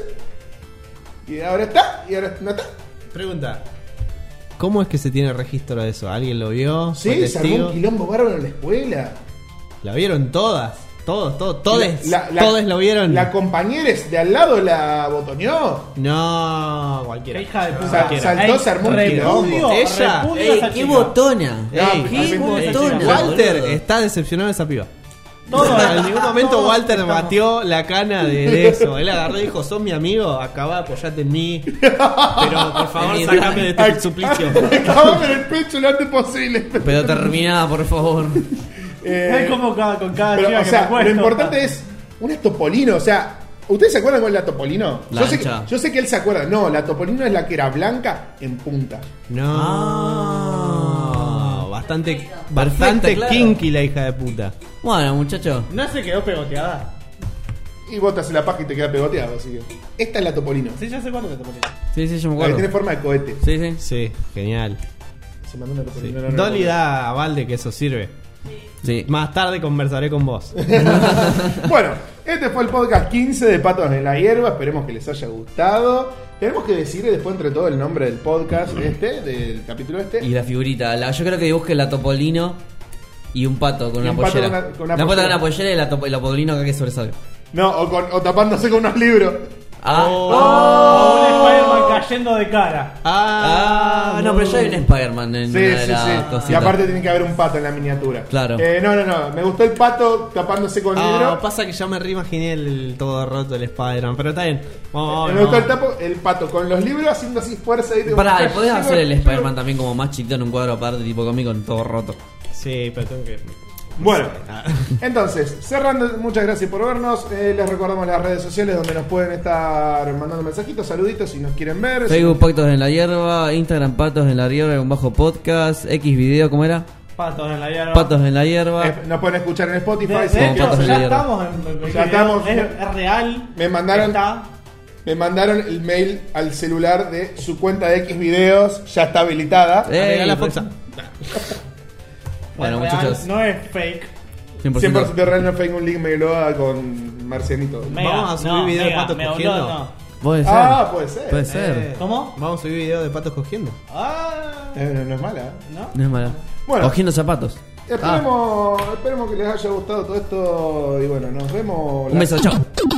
S6: Y ahora está, y ahora no está.
S3: Pregunta. ¿Cómo es que se tiene registro de eso? ¿Alguien lo vio? ¿Fue
S6: Sí, se armó
S3: testigo?
S6: un quilombo bárbaro en la escuela.
S3: ¿La vieron todas? Todos, todos, todes.
S6: La- la-
S3: todes lo vieron.
S6: La compañera de al lado la botoneó.
S3: No, cualquiera.
S4: Qué hija de puta
S6: Sa-
S4: que era.
S6: saltó,
S4: Ey,
S6: se armó un
S4: repudio,
S6: quilombo.
S3: Ella.
S4: repudio a
S2: ¡Ey,
S4: esa
S2: qué
S4: chica.
S2: botona!
S3: Ey,
S2: ¡Qué
S4: al fin pudo
S2: botona!
S4: decir.
S3: Walter este
S2: boludo.
S3: está decepcionado de esa piba.
S4: Todo,
S3: en ningún momento
S4: todo
S3: Walter
S4: estamos-
S3: batió la cana de, de eso. Él agarró y dijo, sos mi amigo, acabá, apoyate en mí. Pero por favor,
S2: Mi
S3: sacame de este suplicio.
S6: Acabame en el pecho lo antes posible.
S2: Pero terminá, por favor.
S6: Eh,
S4: Es como cada, con cada
S6: pero,
S4: chica
S6: o
S4: que
S6: sea,
S4: me acuesto.
S6: lo importante es una Topolino, o sea, ¿ustedes se acuerdan cuál es la Topolino? Yo sé, que,
S2: Lancha.
S6: yo sé que él se acuerda. No, la Topolino es la que era blanca en punta.
S3: No.
S2: Ah.
S3: Bastante, bastante
S2: claro.
S3: kinky la hija de puta.
S2: Bueno, muchachos.
S4: No se quedó pegoteada.
S6: Y vos te haces la paja y te queda pegoteado, así que. Esta es la Topolino.
S4: Sí, ya sé cuánto te pones.
S2: Sí, sí, yo me
S6: La que
S2: acuerdo.
S6: tiene forma de cohete.
S2: Sí, sí.
S3: Sí, genial.
S6: Se mandó una
S3: Sí.
S6: Topolino. no, no,
S3: Dolly
S6: no.
S3: da a Valde que eso sirve.
S2: Sí.
S3: Más tarde conversaré con vos.
S6: Bueno, este fue el podcast 15 de Patos en la Hierba. Esperemos que les haya gustado. Tenemos que decirle después, entre todo, el nombre del podcast este, del capítulo este.
S2: Y la figurita. la- yo creo que dibuje la Topolino y un pato con
S6: Y
S2: una
S6: un pato
S2: pollera.
S6: con una- con una
S2: pato con
S6: pollera.
S2: una pollera y la, topo- y la Topolino acá que sobresale.
S6: No, o, con- o tapándose con unos libros.
S2: Ah,
S6: Oh.
S3: Oh.
S4: O un
S2: ah,
S4: Spider-Man cayendo de cara.
S2: ah, no, pero ya hay un Spider-Man en
S6: Sí,
S2: una de
S6: sí,
S2: las
S6: sí.
S2: cositas.
S6: Y aparte tiene que haber un pato en la miniatura.
S2: Claro.
S6: Eh, no, no, no. Me gustó el pato tapándose con
S3: Ah,
S6: libro.
S3: pasa que ya me reimaginé el todo roto el Spider-Man, pero está bien. Vamos,
S6: Eh, me
S3: vamos,
S6: gustó el,
S3: vamos.
S6: tapo- el pato con los libros haciendo así fuerza. ahí, tipo,
S2: Pará, ¿y
S6: "Ay,
S2: podés
S6: llego,
S2: hacer el
S6: llego".
S2: Spider-Man también como más chiquito en un cuadro aparte, tipo cómico, en todo roto?
S3: Sí, pero tengo que.
S6: Bueno,
S3: Ah.
S6: entonces, cerrando, muchas gracias por vernos. Eh, les recordamos las redes sociales donde nos pueden estar mandando mensajitos, saluditos si nos quieren ver.
S2: Facebook Pactos en la Hierba, Instagram Patos en la Hierba con bajo podcast, X video, ¿cómo era?
S4: Patos en la hierba.
S2: Patos en la Hierba.
S6: Eh, nos pueden escuchar en Spotify.
S4: De,
S6: si
S4: de
S2: Como
S4: hecho,
S6: quieren.
S2: patos en la
S4: ya
S2: hierba.
S4: estamos en, en-
S6: Ya estamos.
S4: Es, es real.
S6: Me mandaron-
S4: Está.
S6: Me mandaron el mail al celular de su cuenta de X videos, ya está habilitada.
S2: Eh,
S3: Agregá la
S2: pues-
S3: Foxa.
S2: Bueno,
S4: Es real,
S2: muchachos.
S4: No es fake.
S2: 100%.
S6: 100% real no fake un link me lo haga con Marcianito.
S4: Mega,
S3: Vamos a subir
S4: no,
S3: video de
S4: mega,
S3: patos
S4: mega,
S3: cogiendo.
S4: no, no.
S2: Puede ser.
S6: Ah, puede ser.
S2: puede ser.
S3: Eh,
S4: ¿Cómo?
S3: Vamos a subir video de patos cogiendo.
S4: Ah,
S6: Eh, no, no es mala. ¿eh?
S4: ¿no?
S2: No es mala.
S6: Bueno.
S2: Cogiendo zapatos.
S6: Esperemos, esperemos que les haya gustado todo esto y bueno, nos vemos.
S2: Un
S6: la-
S2: beso, chao.